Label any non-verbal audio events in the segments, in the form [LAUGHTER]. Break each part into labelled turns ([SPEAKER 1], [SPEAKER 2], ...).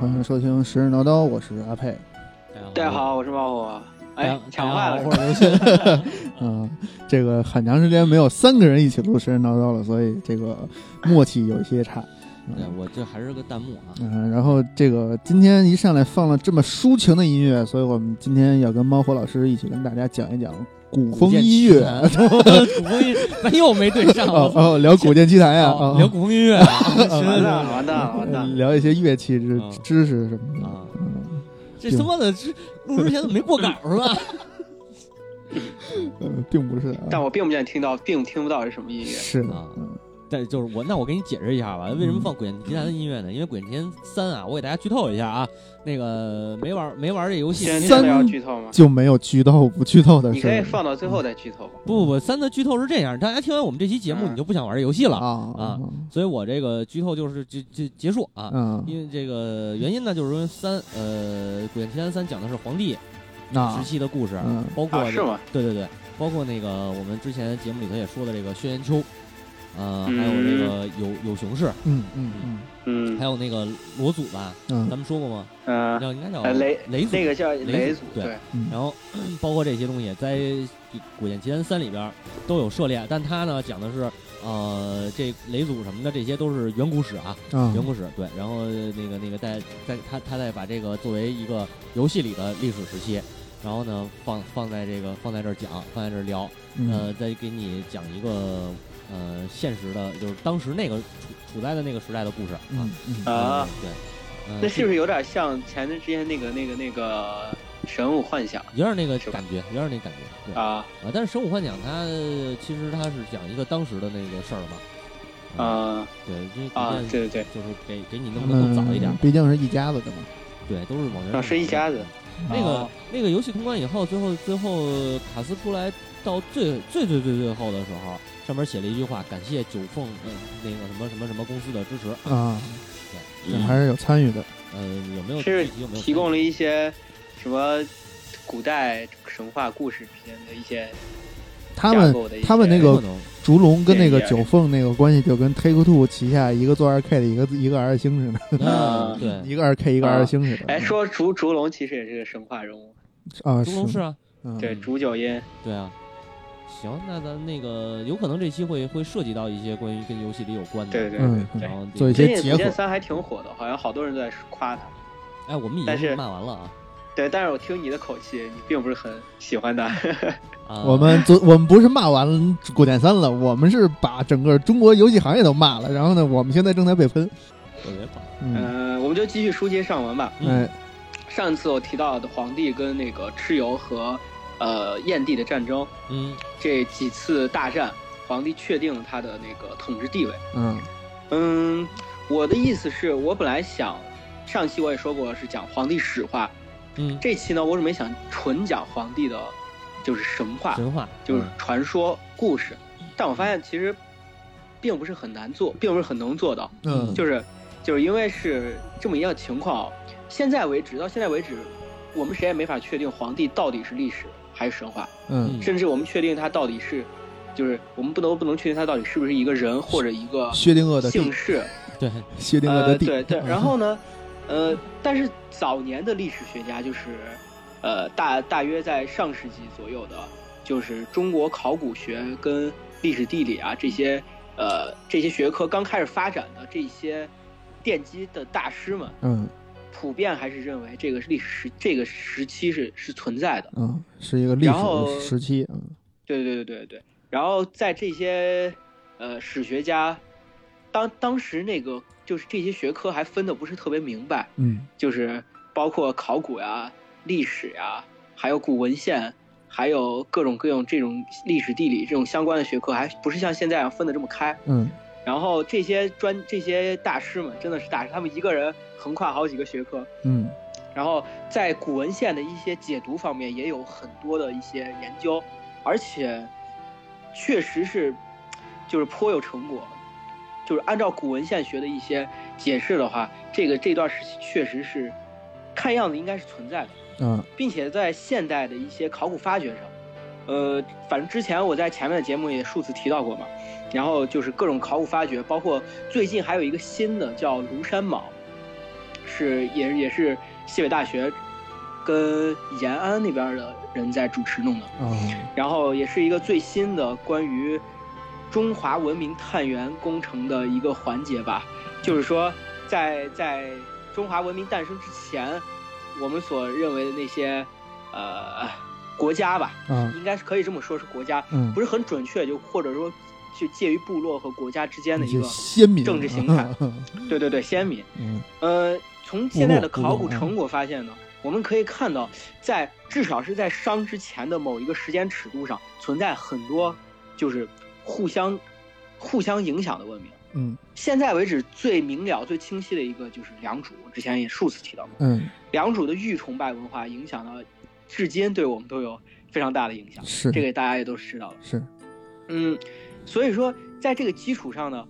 [SPEAKER 1] 哎收听《时人叨叨》，我是阿佩。
[SPEAKER 2] 大家好，我是猫火。哎，抢坏了，
[SPEAKER 1] 我是刘鑫。嗯，这个很长时间没有三个人一起录《时人叨叨》了，所以这个默契有一些差。
[SPEAKER 3] [LAUGHS] 对，我这还是个弹幕啊。
[SPEAKER 1] 嗯，然后这个今天一上来放了这么抒情的音乐，所以我们今天要跟猫火老师一起跟大家讲一讲古风音乐。
[SPEAKER 3] [LAUGHS] 古风音，咱又没对上。
[SPEAKER 1] [LAUGHS] 哦哦，聊古剑奇谭呀，哦
[SPEAKER 3] 聊古风音乐，啊
[SPEAKER 1] [LAUGHS]
[SPEAKER 2] 完蛋完蛋完蛋，
[SPEAKER 1] 聊一些乐器知知识什么的。
[SPEAKER 3] 啊这他妈的，这录之前怎么没过稿啊是
[SPEAKER 1] [LAUGHS]
[SPEAKER 3] 吧？
[SPEAKER 1] 呃，并不是，
[SPEAKER 2] 但我并不见听到，并听不到是什么音乐。
[SPEAKER 1] 是
[SPEAKER 3] 啊。但就是我，那我给你解释一下吧，为什么放《鬼剑奇谭》的音乐呢？因为《鬼剑奇谭三》啊，我给大家剧透一下啊，那个没玩没玩这游戏，
[SPEAKER 2] 三要剧透吗？
[SPEAKER 1] 就没有剧透不剧透的事。
[SPEAKER 2] 你可以放到最后再剧透。
[SPEAKER 3] 不不不，三的剧透是这样，大家听完我们这期节
[SPEAKER 2] 嗯
[SPEAKER 3] 目，你就不想玩这游戏了啊啊！所以我这个剧透就是就就结束啊，
[SPEAKER 1] 嗯
[SPEAKER 3] 因为这个原因呢，就是说三呃，《鬼剑奇谭三》讲的是皇帝时期的故事，包括
[SPEAKER 2] 啊是吗？
[SPEAKER 3] 对对对，包括那个我们之前节目里头也说的这个轩辕丘。呃，还有这个有有熊市，
[SPEAKER 1] 嗯嗯嗯
[SPEAKER 2] 嗯，
[SPEAKER 3] 还有那个罗祖吧，咱们说过吗？
[SPEAKER 2] 嗯，
[SPEAKER 3] 叫应该叫
[SPEAKER 2] 雷
[SPEAKER 3] 雷
[SPEAKER 2] 那个叫
[SPEAKER 3] 雷
[SPEAKER 2] 祖，
[SPEAKER 3] 对。然后包括这些东西，在《古剑奇谭三》里边都有涉猎，但他呢讲的是呃这雷祖什么的，这些都是远古史啊，
[SPEAKER 1] 嗯
[SPEAKER 3] 远古史对。然后那个那个在在他他在把这个作为一个游戏里的历史时期，然后呢放放在这个放在这儿讲，放在这儿聊，
[SPEAKER 1] 嗯
[SPEAKER 3] 呃，再给你讲一个。呃，现实的，就是当时那个处处在的那个时代的故事
[SPEAKER 1] 嗯
[SPEAKER 3] 啊
[SPEAKER 2] 啊，
[SPEAKER 3] 对，嗯
[SPEAKER 2] 那是不是有点像前段时间那个那个那个神武幻想？
[SPEAKER 3] 有点那个感觉，有点那感觉，对
[SPEAKER 2] 啊
[SPEAKER 3] 啊！但是神武幻想它呃其实它是讲一个当时的那个事儿嘛，嗯
[SPEAKER 2] 啊，
[SPEAKER 3] 对，
[SPEAKER 2] 这啊，对对对，
[SPEAKER 3] 就是给给你弄得更早一点，
[SPEAKER 1] 毕竟是一家子的嘛，
[SPEAKER 3] 对，都是往那
[SPEAKER 2] 啊是一家子。
[SPEAKER 3] 那
[SPEAKER 1] 哦
[SPEAKER 3] 个那个游戏通关以后，最后最后卡斯出来到最最最最最后的时候。上面写了一句话，感谢九凤呃
[SPEAKER 2] 嗯
[SPEAKER 3] 那个什么什么什么公司的支持
[SPEAKER 1] 啊，
[SPEAKER 3] 对，
[SPEAKER 1] 还是有参与的。
[SPEAKER 3] 呃，有没有
[SPEAKER 2] 嗯是
[SPEAKER 3] 提
[SPEAKER 2] 供了一些什么古代神话故事之间的一些
[SPEAKER 1] 他们他们那个 [LAUGHS] 烛龙跟那个
[SPEAKER 2] 啊
[SPEAKER 1] 九凤那个关系，就跟 Take Two 旗下一个做二 K 的一个一个二星
[SPEAKER 3] 似的，啊，对，
[SPEAKER 1] 一个二 K 一个二星似的。
[SPEAKER 2] 哎，说烛烛龙其实也是个神话人物
[SPEAKER 1] 啊，嗯
[SPEAKER 3] 烛龙是啊，
[SPEAKER 2] 对，竹九音，
[SPEAKER 3] 对啊。行，那咱那个有可能这期会会涉及到一些关于跟游戏里有关的，
[SPEAKER 2] 对对
[SPEAKER 1] 对，
[SPEAKER 3] 然后
[SPEAKER 1] 做一
[SPEAKER 2] 最
[SPEAKER 1] 些
[SPEAKER 2] 近《
[SPEAKER 1] 结
[SPEAKER 2] 古
[SPEAKER 1] 合。
[SPEAKER 2] 剑三》还挺火的，好像好多人都在夸它。
[SPEAKER 3] 哎，我们已经骂完了啊。
[SPEAKER 2] 对，但是我听你的口气，你并不是很喜欢它。
[SPEAKER 3] 啊
[SPEAKER 1] 我们昨我们不是骂完《古剑三》了，我们是把整个中国游戏行业都骂了。然后呢，我们现在正在被喷。
[SPEAKER 3] 特别棒。
[SPEAKER 2] [LAUGHS] 嗯，我们就继续书接上文吧。
[SPEAKER 1] 哎，
[SPEAKER 2] 上次我提到的皇帝跟那个蚩尤和呃燕帝的战争，
[SPEAKER 3] 嗯，
[SPEAKER 2] 这几次大战，皇帝确定了他的那个统治地位。
[SPEAKER 1] 嗯
[SPEAKER 2] 嗯，我的意思是我本来想，上期我也说过是讲皇帝史话，
[SPEAKER 3] 嗯，
[SPEAKER 2] 这期呢我准备想纯讲皇帝的，就是神话，
[SPEAKER 3] 神话
[SPEAKER 2] 就是
[SPEAKER 1] 嗯
[SPEAKER 2] 传说故事，但我发现其实并不是很难做，并不是很能做到。
[SPEAKER 1] 嗯，
[SPEAKER 2] 就是就是因为是这么一个情况啊，现在为止到现在为止，我们谁也没法确定皇帝到底是历史还是神话，
[SPEAKER 1] 嗯，
[SPEAKER 2] 甚至我们确定他到底是，就是我们不能不能确定他到底是不是一个人或者一个
[SPEAKER 1] 薛定谔的
[SPEAKER 2] 姓氏，
[SPEAKER 3] 对，
[SPEAKER 1] 薛定谔
[SPEAKER 2] 呃
[SPEAKER 1] 的嗯地。
[SPEAKER 2] 对对，
[SPEAKER 1] [LAUGHS]
[SPEAKER 2] 然后呢，呃，但是早年的历史学家就是，呃大大约在上世纪左右的，就是中国考古学跟历史地理啊这些呃这些学科刚开始发展的这些奠基的大师们，
[SPEAKER 1] 嗯
[SPEAKER 2] 普遍还是认为这个历史时这个时期是是存在的。
[SPEAKER 1] 嗯，是一个历
[SPEAKER 2] 然后
[SPEAKER 1] 史时期。嗯
[SPEAKER 2] 对对对对对。然后在这些呃史学家，当当时那个就是这些学科还分的不是特别明白，
[SPEAKER 1] 嗯
[SPEAKER 2] 就是包括考古呀、历史呀，还有古文献，还有各种各种这种历史地理这种相关的学科，还不是像现在啊分的这么开。
[SPEAKER 1] 嗯
[SPEAKER 2] 然后这些专这些大师们真的是大师，他们一个人横跨好几个学科，
[SPEAKER 1] 嗯
[SPEAKER 2] 然后在古文献的一些解读方面也有很多的一些研究，而且确实是就是颇有成果。就是按照古文献学的一些解释的话，这个这段时期确实是看样子应该是存在的，
[SPEAKER 1] 嗯
[SPEAKER 2] 并且在现代的一些考古发掘上，呃，反正之前我在前面的节目也数次提到过嘛，然后就是各种考古发掘，包括最近还有一个新的叫庐山卯，是也也是西北大学跟延安那边的人在主持弄的，
[SPEAKER 1] 啊
[SPEAKER 2] 然后也是一个最新的关于中华文明探源工程的一个环节吧，就是说在在中华文明诞生之前，我们所认为的那些呃国家吧，
[SPEAKER 1] 啊
[SPEAKER 2] 应该是可以这么说是国家，
[SPEAKER 1] 嗯，
[SPEAKER 2] 不是很准确，就或者说就介于部落和国家之间的
[SPEAKER 1] 一
[SPEAKER 2] 一
[SPEAKER 1] 些
[SPEAKER 2] 个
[SPEAKER 1] 先民
[SPEAKER 2] 政治形态，
[SPEAKER 1] 嗯
[SPEAKER 2] 对对对先民。
[SPEAKER 1] [LAUGHS] 嗯
[SPEAKER 2] 呃，从现在的
[SPEAKER 1] 部落
[SPEAKER 2] 考
[SPEAKER 1] 部
[SPEAKER 2] 古
[SPEAKER 1] 落啊
[SPEAKER 2] 成果发现呢，我们可以看到，在至少是在商之前的某一个时间尺度上，存在很多就是互相互相影响的文明。
[SPEAKER 1] 嗯
[SPEAKER 2] 现在为止最明了、最清晰的一个就是良渚，我之前也数次提到过，
[SPEAKER 1] 嗯，
[SPEAKER 2] 良渚的玉崇拜文化影响到至今，对我们都有非常大的影响，
[SPEAKER 1] 是
[SPEAKER 2] 这个大家也都是知道的。
[SPEAKER 1] 是，
[SPEAKER 2] 嗯，所以说在这个基础上呢，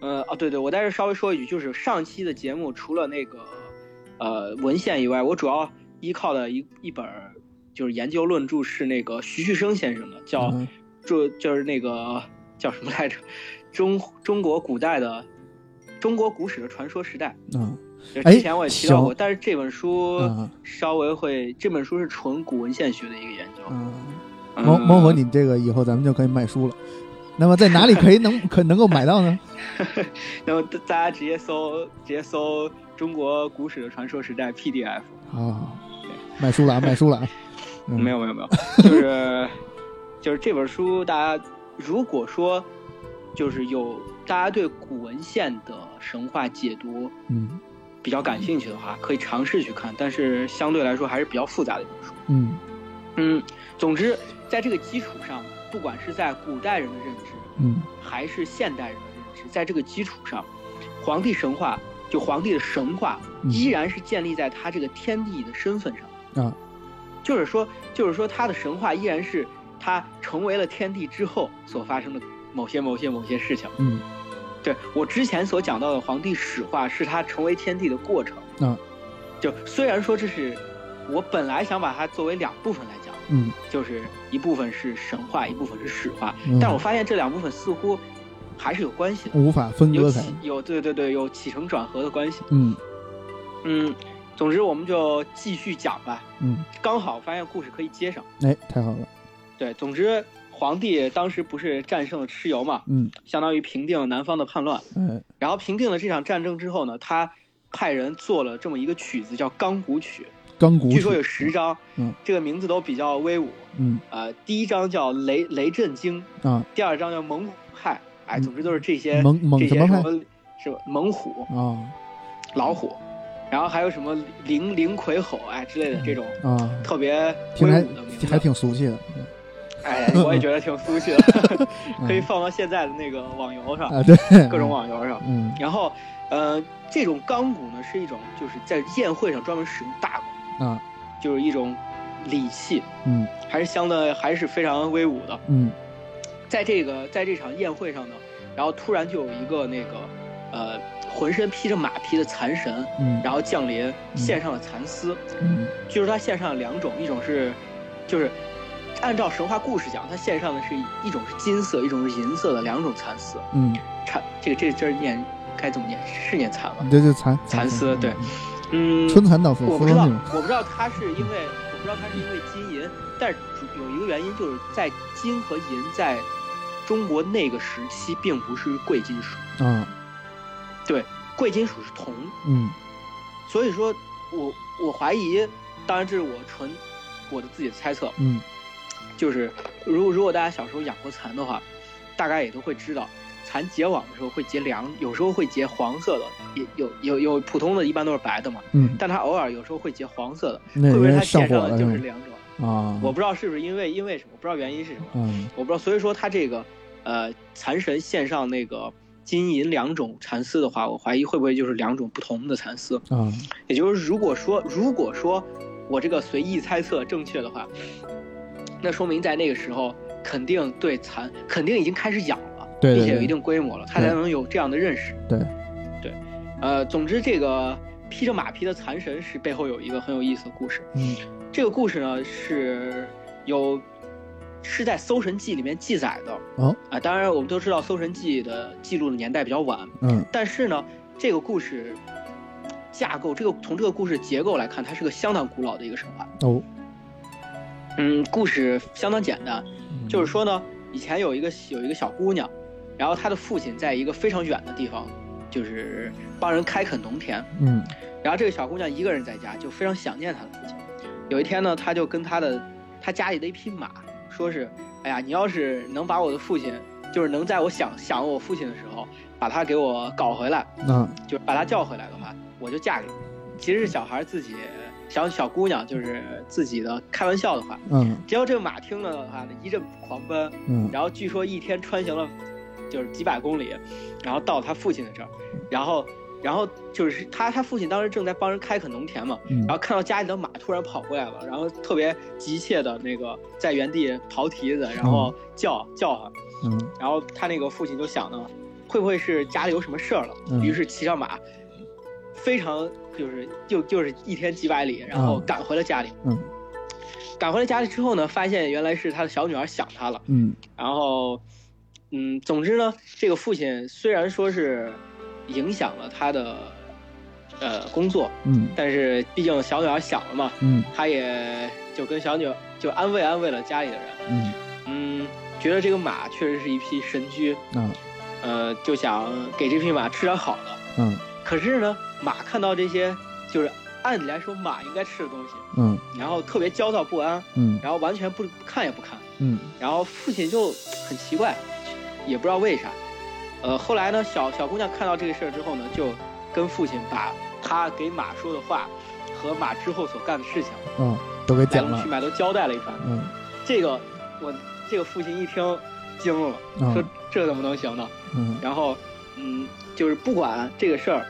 [SPEAKER 2] 呃，哦，对对，我在这稍微说一句，就是上期的节目除了那个呃文献以外，我主要依靠的一一本儿就是研究论著是那个徐旭升先生的，叫
[SPEAKER 1] 嗯
[SPEAKER 2] 就就是那个叫什么来着，中中国古代的中国古史的传说时代。
[SPEAKER 1] 啊
[SPEAKER 2] 就
[SPEAKER 1] 哎
[SPEAKER 2] 之前我也提到过，
[SPEAKER 1] 行
[SPEAKER 2] 但是这本书
[SPEAKER 1] 啊
[SPEAKER 2] 稍微会，这本书是纯古文献学的一个研究。
[SPEAKER 1] 啊。
[SPEAKER 2] 嗯
[SPEAKER 1] 某某某，你这个以后咱们就可以卖书了。那么在哪里可以能 [LAUGHS] 可能够买到呢？
[SPEAKER 2] 然后大家直接搜，直接搜“中国古史的传说时代 ”PDF。
[SPEAKER 1] 啊，卖书了啊，卖书了啊！嗯
[SPEAKER 2] 没有没有没有，就是 [LAUGHS] 就是这本书，大家如果说就是有大家对古文献的神话解读
[SPEAKER 1] 嗯
[SPEAKER 2] 比较感兴趣的话，可以尝试去看，但是相对来说还是比较复杂的一本书。
[SPEAKER 1] 嗯
[SPEAKER 2] 嗯，总之在这个基础上，不管是在古代人的认知，
[SPEAKER 1] 嗯
[SPEAKER 2] 还是现代人的认知，在这个基础上，皇帝神话就皇帝的神话
[SPEAKER 1] 嗯
[SPEAKER 2] 依然是建立在他这个天帝的身份上
[SPEAKER 1] 啊，
[SPEAKER 2] 就是说，就是说他的神话依然是他成为了天帝之后所发生的某些某些某些事情。
[SPEAKER 1] 嗯
[SPEAKER 2] 对我之前所讲到的皇帝史话是他成为天帝的过程
[SPEAKER 1] 啊，
[SPEAKER 2] 就虽然说这是我本来想把它作为两部分来讲，
[SPEAKER 1] 嗯
[SPEAKER 2] 就是一部分是神话，一部分是史话。
[SPEAKER 1] 嗯，
[SPEAKER 2] 但我发现这两部分似乎还是有关系的，
[SPEAKER 1] 无法分
[SPEAKER 2] 有
[SPEAKER 1] 割开
[SPEAKER 2] 起。有对对对，有起承转合的关系。
[SPEAKER 1] 嗯
[SPEAKER 2] 嗯，总之我们就继续讲吧，
[SPEAKER 1] 嗯，
[SPEAKER 2] 刚好发现故事可以接上。
[SPEAKER 1] 哎，太好了。
[SPEAKER 2] 对，总之皇帝当时不是战胜了蚩尤嘛，
[SPEAKER 1] 嗯
[SPEAKER 2] 相当于平定了南方的叛乱。
[SPEAKER 1] 哎
[SPEAKER 2] 然后平定了这场战争之后呢，他派人做了这么一个曲子叫《钢骨曲
[SPEAKER 1] 钢骨》，
[SPEAKER 2] 据说有十章，
[SPEAKER 1] 嗯，
[SPEAKER 2] 这个名字都比较威武。
[SPEAKER 1] 嗯
[SPEAKER 2] 呃，第一章叫雷雷震惊，
[SPEAKER 1] 啊
[SPEAKER 2] 第二章叫猛虎派，哎，
[SPEAKER 1] 嗯
[SPEAKER 2] 总之都是这些
[SPEAKER 1] 猛猛
[SPEAKER 2] 这些
[SPEAKER 1] 什么派
[SPEAKER 2] 么是吧猛虎、
[SPEAKER 1] 啊
[SPEAKER 2] 老虎，然后还有什么灵灵魁吼哎之类的这种
[SPEAKER 1] 啊，
[SPEAKER 2] 特别
[SPEAKER 1] 听
[SPEAKER 2] 威
[SPEAKER 1] 来
[SPEAKER 2] 武的名字，
[SPEAKER 1] 还挺熟悉
[SPEAKER 2] 啊
[SPEAKER 1] 的。
[SPEAKER 2] 哎，我也觉得挺熟悉的， [LAUGHS]
[SPEAKER 1] 嗯
[SPEAKER 2] 可以放到现在的那个网游上，
[SPEAKER 1] 啊，对，
[SPEAKER 2] [LAUGHS] 各种网游上。
[SPEAKER 1] 嗯
[SPEAKER 2] 然后，呃，这种钢鼓呢是一种就是在宴会上专门使用大鼓，
[SPEAKER 1] 啊
[SPEAKER 2] 就是一种礼器，
[SPEAKER 1] 嗯
[SPEAKER 2] 还是相当还是非常威武的。
[SPEAKER 1] 嗯
[SPEAKER 2] 在这个在这场宴会上呢，然后突然就有一个那个，呃，浑身披着马皮的残神，
[SPEAKER 1] 嗯
[SPEAKER 2] 然后降临献上了蚕丝。
[SPEAKER 1] 嗯
[SPEAKER 2] 据说他献上了两种，一种是，就是按照神话故事讲，他献上的是一种是金色，一种是银色的两种蚕丝。
[SPEAKER 1] 嗯，
[SPEAKER 2] 蚕，这个这个字儿念该怎么念？是念蚕吗？
[SPEAKER 1] 这就蚕
[SPEAKER 2] 蚕丝对，嗯
[SPEAKER 1] 嗯，春蚕到死
[SPEAKER 2] 我
[SPEAKER 1] 丝
[SPEAKER 2] 不知道
[SPEAKER 1] 那种。，
[SPEAKER 2] 我不知道他是因为我不知道他是因为金银，但是主有一个原因就是在金和银在中国那个时期并不是贵金属，
[SPEAKER 1] 啊
[SPEAKER 2] 贵金属是铜，
[SPEAKER 1] 嗯
[SPEAKER 2] 所以说我我怀疑，当然这是我纯我的自己的猜测，
[SPEAKER 1] 嗯
[SPEAKER 2] 就是如果如果大家小时候养过蚕的话，大概也都会知道。蚕结网的时候会结凉，有时候会结黄色的，也有有有普通的，一般都是白的嘛，
[SPEAKER 1] 嗯，
[SPEAKER 2] 但它偶尔有时候会结黄色的，
[SPEAKER 1] 那
[SPEAKER 2] 会不会
[SPEAKER 1] 人
[SPEAKER 2] 它
[SPEAKER 1] 上
[SPEAKER 2] 献
[SPEAKER 1] 火了
[SPEAKER 2] 上的
[SPEAKER 1] 是
[SPEAKER 2] 就
[SPEAKER 1] 吗
[SPEAKER 2] 是？两种？
[SPEAKER 1] 啊，
[SPEAKER 2] 我不知道是不是因为因为什么，我不知道原因是什么，
[SPEAKER 1] 嗯
[SPEAKER 2] 我不知道。所以说他这个呃蚕神献上那个金银两种蚕丝的话，我怀疑会不会就是两种不同的蚕丝。
[SPEAKER 1] 啊
[SPEAKER 2] 也就是如果说如果说我这个随意猜测正确的话，那说明在那个时候肯定对蚕肯定已经开始养了，
[SPEAKER 1] 对对
[SPEAKER 2] 并且有
[SPEAKER 1] 对
[SPEAKER 2] 一定规模了，他才
[SPEAKER 1] 对
[SPEAKER 2] 能有这样的认识。
[SPEAKER 1] 对
[SPEAKER 2] 对，呃，总之这个披着马皮的蚕神是背后有一个很有意思的故事。
[SPEAKER 1] 嗯
[SPEAKER 2] 这个故事呢是有是在《搜神记》里面记载的。
[SPEAKER 1] 哦
[SPEAKER 2] 啊，当然我们都知道《搜神记》的记录的年代比较晚，
[SPEAKER 1] 嗯
[SPEAKER 2] 但是呢，这个故事架构，这个从这个故事结构来看，它是个相当古老的一个神话。
[SPEAKER 1] 哦，
[SPEAKER 2] 嗯，故事相当简单，
[SPEAKER 1] 嗯
[SPEAKER 2] 就是说呢，以前有一个有一个小姑娘，然后她的父亲在一个非常远的地方，就是帮人开垦农田，
[SPEAKER 1] 嗯
[SPEAKER 2] 然后这个小姑娘一个人在家，就非常想念她的父亲。有一天呢，她就跟她的她家里的一匹马说是：“哎呀，你要是能把我的父亲，就是能在我想想我父亲的时候，把他给我搞回来，
[SPEAKER 1] 啊
[SPEAKER 2] 就是把他叫回来的话，我就嫁给你。”其实是小孩自己小小姑娘就是自己的开玩笑的话。
[SPEAKER 1] 嗯
[SPEAKER 2] 结果这个马听了的话呢，一阵狂奔，
[SPEAKER 1] 嗯
[SPEAKER 2] 然后据说一天穿行了就是几百公里，然后到他父亲的这儿，然后然后就是他他父亲当时正在帮人开垦农田嘛，
[SPEAKER 1] 嗯
[SPEAKER 2] 然后看到家里的马突然跑过来了，然后特别急切的那个在原地刨蹄子，然后叫叫啊唤，
[SPEAKER 1] 嗯
[SPEAKER 2] 然后他那个父亲就想呢，会不会是家里有什么事儿
[SPEAKER 1] 嗯
[SPEAKER 2] 了？于是骑上马，非常就是又就是一天几百里，然后
[SPEAKER 1] 嗯
[SPEAKER 2] 赶回了家里。
[SPEAKER 1] 嗯
[SPEAKER 2] 赶回了家里之后呢，发现原来是他的小女儿想他了。
[SPEAKER 1] 嗯
[SPEAKER 2] 然后，嗯，总之呢，这个父亲虽然说是影响了他的呃工作，
[SPEAKER 1] 嗯
[SPEAKER 2] 但是毕竟小女儿想了嘛，
[SPEAKER 1] 嗯
[SPEAKER 2] 他也就跟小女儿就安慰安慰了家里的人，
[SPEAKER 1] 嗯
[SPEAKER 2] 嗯，觉得这个马确实是一匹神驹，
[SPEAKER 1] 啊
[SPEAKER 2] 呃，就想给这匹马吃点好的。
[SPEAKER 1] 嗯
[SPEAKER 2] 可是呢，马看到这些就是按理来说马应该吃的东西，
[SPEAKER 1] 嗯
[SPEAKER 2] 然后特别焦躁不安，
[SPEAKER 1] 嗯
[SPEAKER 2] 然后完全不不看也不看。
[SPEAKER 1] 嗯
[SPEAKER 2] 然后父亲就很奇怪，也不知道为啥。呃，后来呢，小小姑娘看到这个事儿之后呢，就跟父亲把她给马说的话和马之后所干的事情
[SPEAKER 1] 啊，都给
[SPEAKER 2] 来
[SPEAKER 1] 讲
[SPEAKER 2] 龙
[SPEAKER 1] 了
[SPEAKER 2] 去，脉都交代了一番。
[SPEAKER 1] 嗯
[SPEAKER 2] 这个我这个父亲一听惊了，
[SPEAKER 1] 啊
[SPEAKER 2] 说这怎么能行呢？
[SPEAKER 1] 嗯
[SPEAKER 2] 然后，嗯，就是不管这个事儿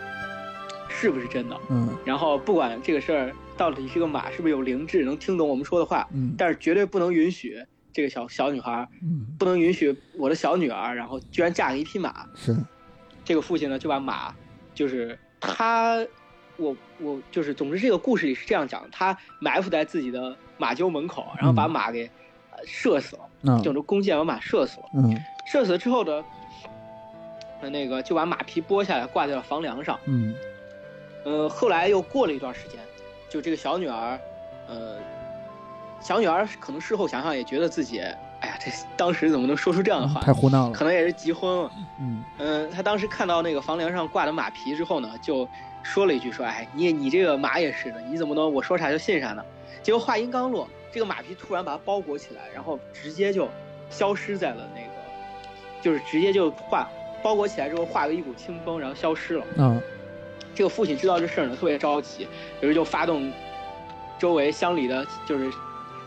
[SPEAKER 2] 是不是真的，
[SPEAKER 1] 嗯
[SPEAKER 2] 然后不管这个事儿到底这个马是不是有灵智，能听懂我们说的话，
[SPEAKER 1] 嗯
[SPEAKER 2] 但是绝对不能允许这个小小女孩儿
[SPEAKER 1] 嗯
[SPEAKER 2] 不能允许我的小女儿，然后居然嫁给一匹马。
[SPEAKER 1] 是
[SPEAKER 2] 这个父亲呢，就把马，就是他，我我就是，总之这个故事里是这样讲的：他埋伏在自己的马厩门口，然后把马给、呃射死了，
[SPEAKER 1] 啊
[SPEAKER 2] 用着弓箭把马射死了。
[SPEAKER 1] 嗯
[SPEAKER 2] 射死了之后呢，呃那个就把马皮剥下来挂在了房梁上。
[SPEAKER 1] 嗯
[SPEAKER 2] 呃，后来又过了一段时间，就这个小女儿，呃，小女儿可能事后想想也觉得自己，哎呀，这当时怎么能说出这样的话？
[SPEAKER 1] 嗯太胡闹
[SPEAKER 2] 可
[SPEAKER 1] 了，
[SPEAKER 2] 能也是急婚了。
[SPEAKER 1] 嗯
[SPEAKER 2] 嗯，他当时看到那个房梁上挂的马皮之后呢，就说了一句说：“哎，你你这个马也是的，你怎么能我说啥就信啥呢？”结果话音刚落，这个马皮突然把它包裹起来，然后直接就消失在了那个，就是直接就化包裹起来之后化为一股清风，然后消失了。
[SPEAKER 1] 啊
[SPEAKER 2] 这个父亲知道这事儿呢，特别着急，于是就发动周围乡里的，就是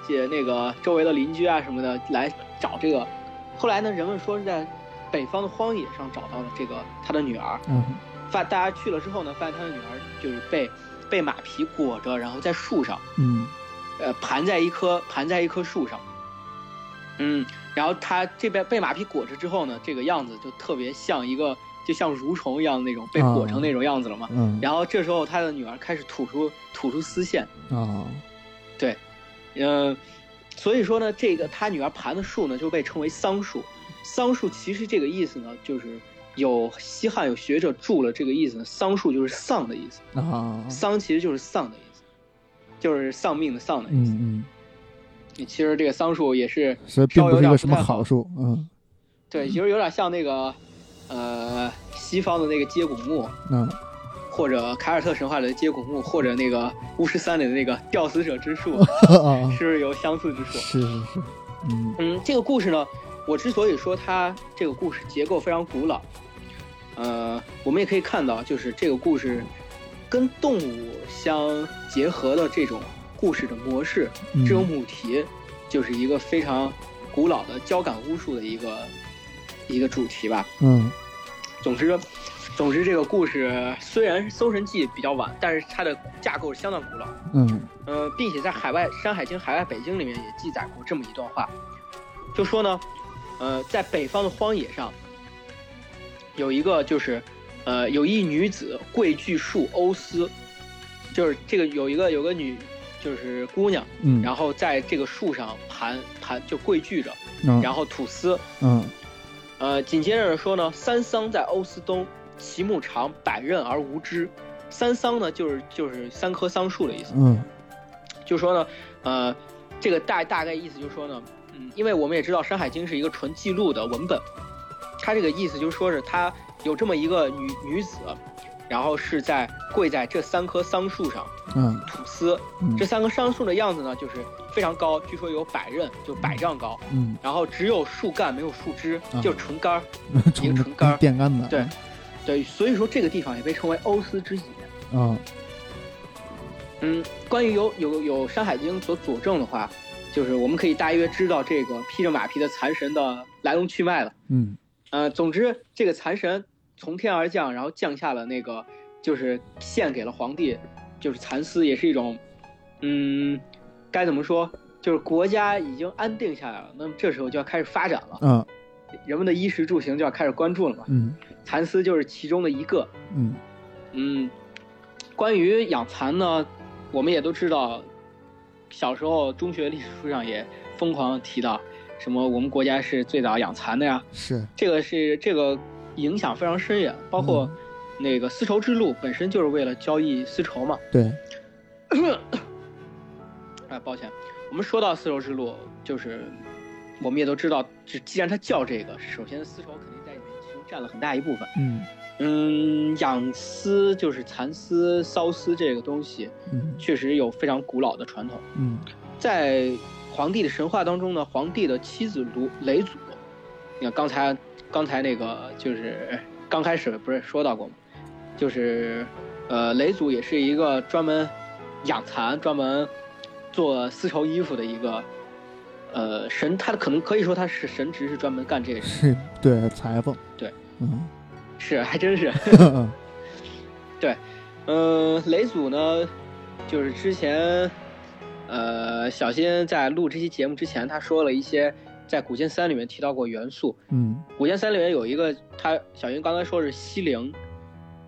[SPEAKER 2] 这那个周围的邻居啊什么的来找这个。后来呢，人们说是在北方的荒野上找到了这个他的女儿。
[SPEAKER 1] 嗯
[SPEAKER 2] 发大家去了之后呢，发现他的女儿就是被被马皮裹着，然后在树上，
[SPEAKER 1] 嗯
[SPEAKER 2] 呃，盘在一棵盘在一棵树上。嗯，然后他这边被马皮裹着之后呢，这个样子就特别像一个，就像蠕虫一样那种被裹成那种样子了嘛。
[SPEAKER 1] 嗯
[SPEAKER 2] 然后这时候他的女儿开始吐出吐出丝线，
[SPEAKER 1] 啊
[SPEAKER 2] 嗯、所以说呢，这个他女儿盘的树呢就被称为桑树。桑树其实这个意思呢，就是有西汉有学者注了这个意思呢，桑树就是丧的意思，
[SPEAKER 1] 啊
[SPEAKER 2] 桑其实就是丧的意思，就是丧命的丧的意思。
[SPEAKER 1] 嗯嗯，
[SPEAKER 2] 其实这个桑树也是
[SPEAKER 1] 所以并不是一个什么好树，嗯
[SPEAKER 2] 对，其实有点像那个呃西方的那个接骨木，
[SPEAKER 1] 嗯
[SPEAKER 2] 或者凯尔特神话里的接骨木，或者那个巫师三里的那个吊死者
[SPEAKER 1] [LAUGHS]
[SPEAKER 2] 之树，
[SPEAKER 1] 啊
[SPEAKER 2] 是不是有相似之处？
[SPEAKER 1] 是是是，嗯
[SPEAKER 2] 嗯，这个故事呢，我之所以说它这个故事结构非常古老，呃，我们也可以看到，就是这个故事跟动物相结合的这种故事的模式，
[SPEAKER 1] 嗯
[SPEAKER 2] 这种母题，就是一个非常古老的交感巫术的一个一个主题吧。
[SPEAKER 1] 嗯
[SPEAKER 2] 总之，总之这个故事虽然《搜神记》比较晚，但是它的架构是相当古老的。
[SPEAKER 1] 嗯
[SPEAKER 2] 呃，并且在海外《山海经》海外北京里面也记载过这么一段话，就说呢，呃，在北方的荒野上，有一个就是，呃，有一女子跪踞树欧丝，就是这个有一个有个女就是姑娘，
[SPEAKER 1] 嗯，
[SPEAKER 2] 然后在这个树上盘盘就跪踞着，
[SPEAKER 1] 嗯
[SPEAKER 2] 然后吐丝。
[SPEAKER 1] 嗯
[SPEAKER 2] 呃，紧接着说呢，三桑在欧丝东，其木长，百仞而无枝。三桑呢，就是就是三棵桑树的意思。
[SPEAKER 1] 嗯
[SPEAKER 2] 就说呢，呃，这个大大概意思就是说呢，嗯，因为我们也知道《山海经》是一个纯记录的文本，它这个意思就是说是它有这么一个女女子，然后是在跪在这三棵桑树上
[SPEAKER 1] 嗯
[SPEAKER 2] 吐丝，
[SPEAKER 1] 嗯
[SPEAKER 2] 这三棵桑树的样子呢，就是非常高，据说有百仞，就百丈高，
[SPEAKER 1] 嗯，
[SPEAKER 2] 然后只有树干没有树枝
[SPEAKER 1] 啊，
[SPEAKER 2] 就是纯干儿。
[SPEAKER 1] 虫子
[SPEAKER 2] 一个唇干儿
[SPEAKER 1] 电杆子，
[SPEAKER 2] 对对，所以说这个地方也被称为欧思之野。
[SPEAKER 1] 啊，
[SPEAKER 2] 嗯，关于有有有《山海经》所佐证的话，就是我们可以大约知道这个披着马皮的残神的来龙去脉了。
[SPEAKER 1] 嗯
[SPEAKER 2] 呃，总之这个残神从天而降，然后降下了那个就是献给了皇帝，就是蚕丝，也是一种，嗯，该怎么说？就是国家已经安定下来了，那么这时候就要开始发展了，
[SPEAKER 1] 啊
[SPEAKER 2] 人们的衣食住行就要开始关注了嘛。
[SPEAKER 1] 嗯
[SPEAKER 2] 蚕丝就是其中的一个。
[SPEAKER 1] 嗯
[SPEAKER 2] 嗯，关于养蚕呢，我们也都知道，小时候中学历史书上也疯狂地提到，什么我们国家是最早养蚕的呀，
[SPEAKER 1] 是，
[SPEAKER 2] 这个是这个影响非常深远，包括那个丝绸之路本身就是为了交易丝绸嘛。
[SPEAKER 1] 对，
[SPEAKER 2] 哎，抱歉，我们说到丝绸之路，就是我们也都知道，就既然它叫这个，首先丝绸肯定在里面其中占了很大一部分。
[SPEAKER 1] 嗯
[SPEAKER 2] 嗯，养丝就是蚕丝、缫丝这个东西，
[SPEAKER 1] 嗯
[SPEAKER 2] 确实有非常古老的传统。
[SPEAKER 1] 嗯
[SPEAKER 2] 在皇帝的神话当中呢，皇帝的妻子卢雷祖，你看刚才刚才那个就是刚开始不是说到过吗？就是呃，雷祖也是一个专门养蚕、专门做丝绸衣服的一个呃神，他可能可以说他是神职，是专门干这个事，
[SPEAKER 1] 是，对裁缝，
[SPEAKER 2] 对，
[SPEAKER 1] 嗯
[SPEAKER 2] 是还真是。嗯，雷祖呢，就是之前，呃，小新在录这期节目之前，他说了一些在《古剑三》里面提到过元素。
[SPEAKER 1] 嗯
[SPEAKER 2] 《古剑三》里面有一个，他小新刚才说是西陵，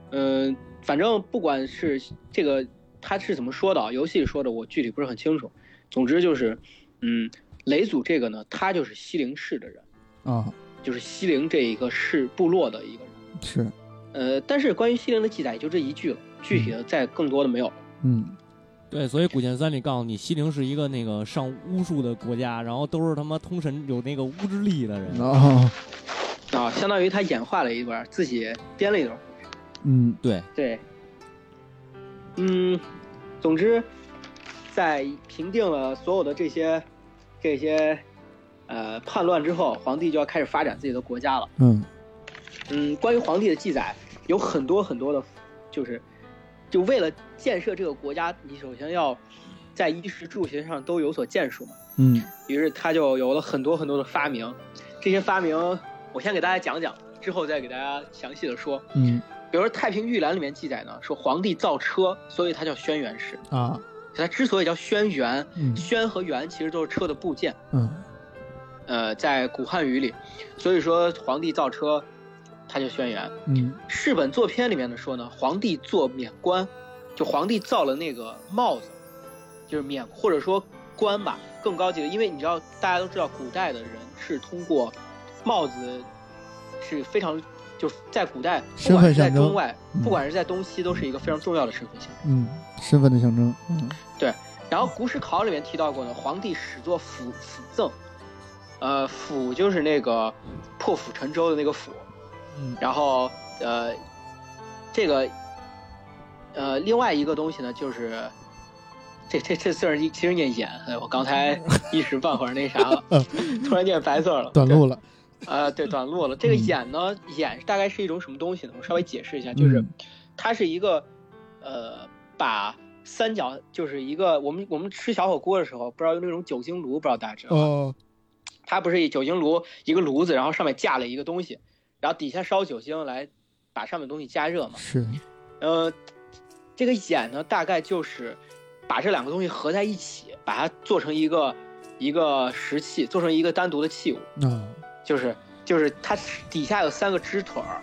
[SPEAKER 2] 嗯，反正不管是这个他是怎么说的啊，游戏里说的，我具体不是很清楚。总之就是，嗯，雷祖这个呢，他就是西陵市的人，
[SPEAKER 1] 啊
[SPEAKER 2] 就是西陵这一个市部落的一个人。
[SPEAKER 1] 是，
[SPEAKER 2] 呃，但是关于西陵的记载也就这一句了，具体的再更多的没有。
[SPEAKER 1] 嗯
[SPEAKER 3] 对，所以《古剑三》里告诉你，西陵是一个那个上巫术的国家，然后都是他妈通神有那个巫之力的人。
[SPEAKER 1] 哦
[SPEAKER 2] 啊，相当于他演化了一段，自己编了一段。
[SPEAKER 1] 嗯
[SPEAKER 3] 对，
[SPEAKER 2] 对，嗯，总之，在平定了所有的这些这些呃叛乱之后，皇帝就要开始发展自己的国家了。
[SPEAKER 1] 嗯
[SPEAKER 2] 嗯，关于皇帝的记载有很多很多的，就是就为了建设这个国家，你首先要在衣食住行上都有所建树嘛。
[SPEAKER 1] 嗯
[SPEAKER 2] 于是他就有了很多很多的发明，这些发明我先给大家讲讲，之后再给大家详细的说。
[SPEAKER 1] 嗯
[SPEAKER 2] 比如说《太平御览》里面记载呢，说皇帝造车，所以它叫轩辕氏。
[SPEAKER 1] 啊
[SPEAKER 2] 它之所以叫轩辕，
[SPEAKER 1] 嗯
[SPEAKER 2] 轩和辕其实都是车的部件，
[SPEAKER 1] 嗯
[SPEAKER 2] 呃，在古汉语里，所以说皇帝造车，它叫轩辕。
[SPEAKER 1] 嗯
[SPEAKER 2] 世本作篇里面的说呢，皇帝做冕冠，就皇帝造了那个帽子，就是冕或者说冠吧，更高级的，因为你知道大家都知道，古代的人是通过帽子是非常就是在古代，不
[SPEAKER 1] 身
[SPEAKER 2] 管
[SPEAKER 1] 份
[SPEAKER 2] 是在
[SPEAKER 1] 象征
[SPEAKER 2] 中外
[SPEAKER 1] 嗯，
[SPEAKER 2] 不管是在东西，都是一个非常重要的身份象征。
[SPEAKER 1] 嗯，身份的象征，嗯
[SPEAKER 2] 然后《古史考》里面提到过呢，皇帝始作辅辅赠，呃，辅就是那个破釜沉舟的那个釜，
[SPEAKER 1] 嗯
[SPEAKER 2] 然后呃，这个呃，另外一个东西呢，就是这这这字儿一其实念眼，哎，我刚才一时半会儿那啥了，突然念白字儿了，
[SPEAKER 1] 短路了， [LAUGHS]
[SPEAKER 2] 对，呃，对，短路了。这个
[SPEAKER 1] 嗯
[SPEAKER 2] 眼呢，眼大概是一种什么东西呢？我稍微解释一下，就是。
[SPEAKER 1] 嗯
[SPEAKER 2] 它是一个，呃，把三角就是一个我们我们吃小火锅的时候，不知道用那种酒精炉，不知道大家知道吗，
[SPEAKER 1] 哦
[SPEAKER 2] 它不是一酒精炉一个炉子，然后上面架了一个东西，然后底下烧酒精来把上面东西加热嘛。
[SPEAKER 1] 是，
[SPEAKER 2] 呃，这个眼呢，大概就是把这两个东西合在一起，把它做成一个一个石器，做成一个单独的器物，
[SPEAKER 1] 啊
[SPEAKER 2] 就是就是它底下有三个支腿儿，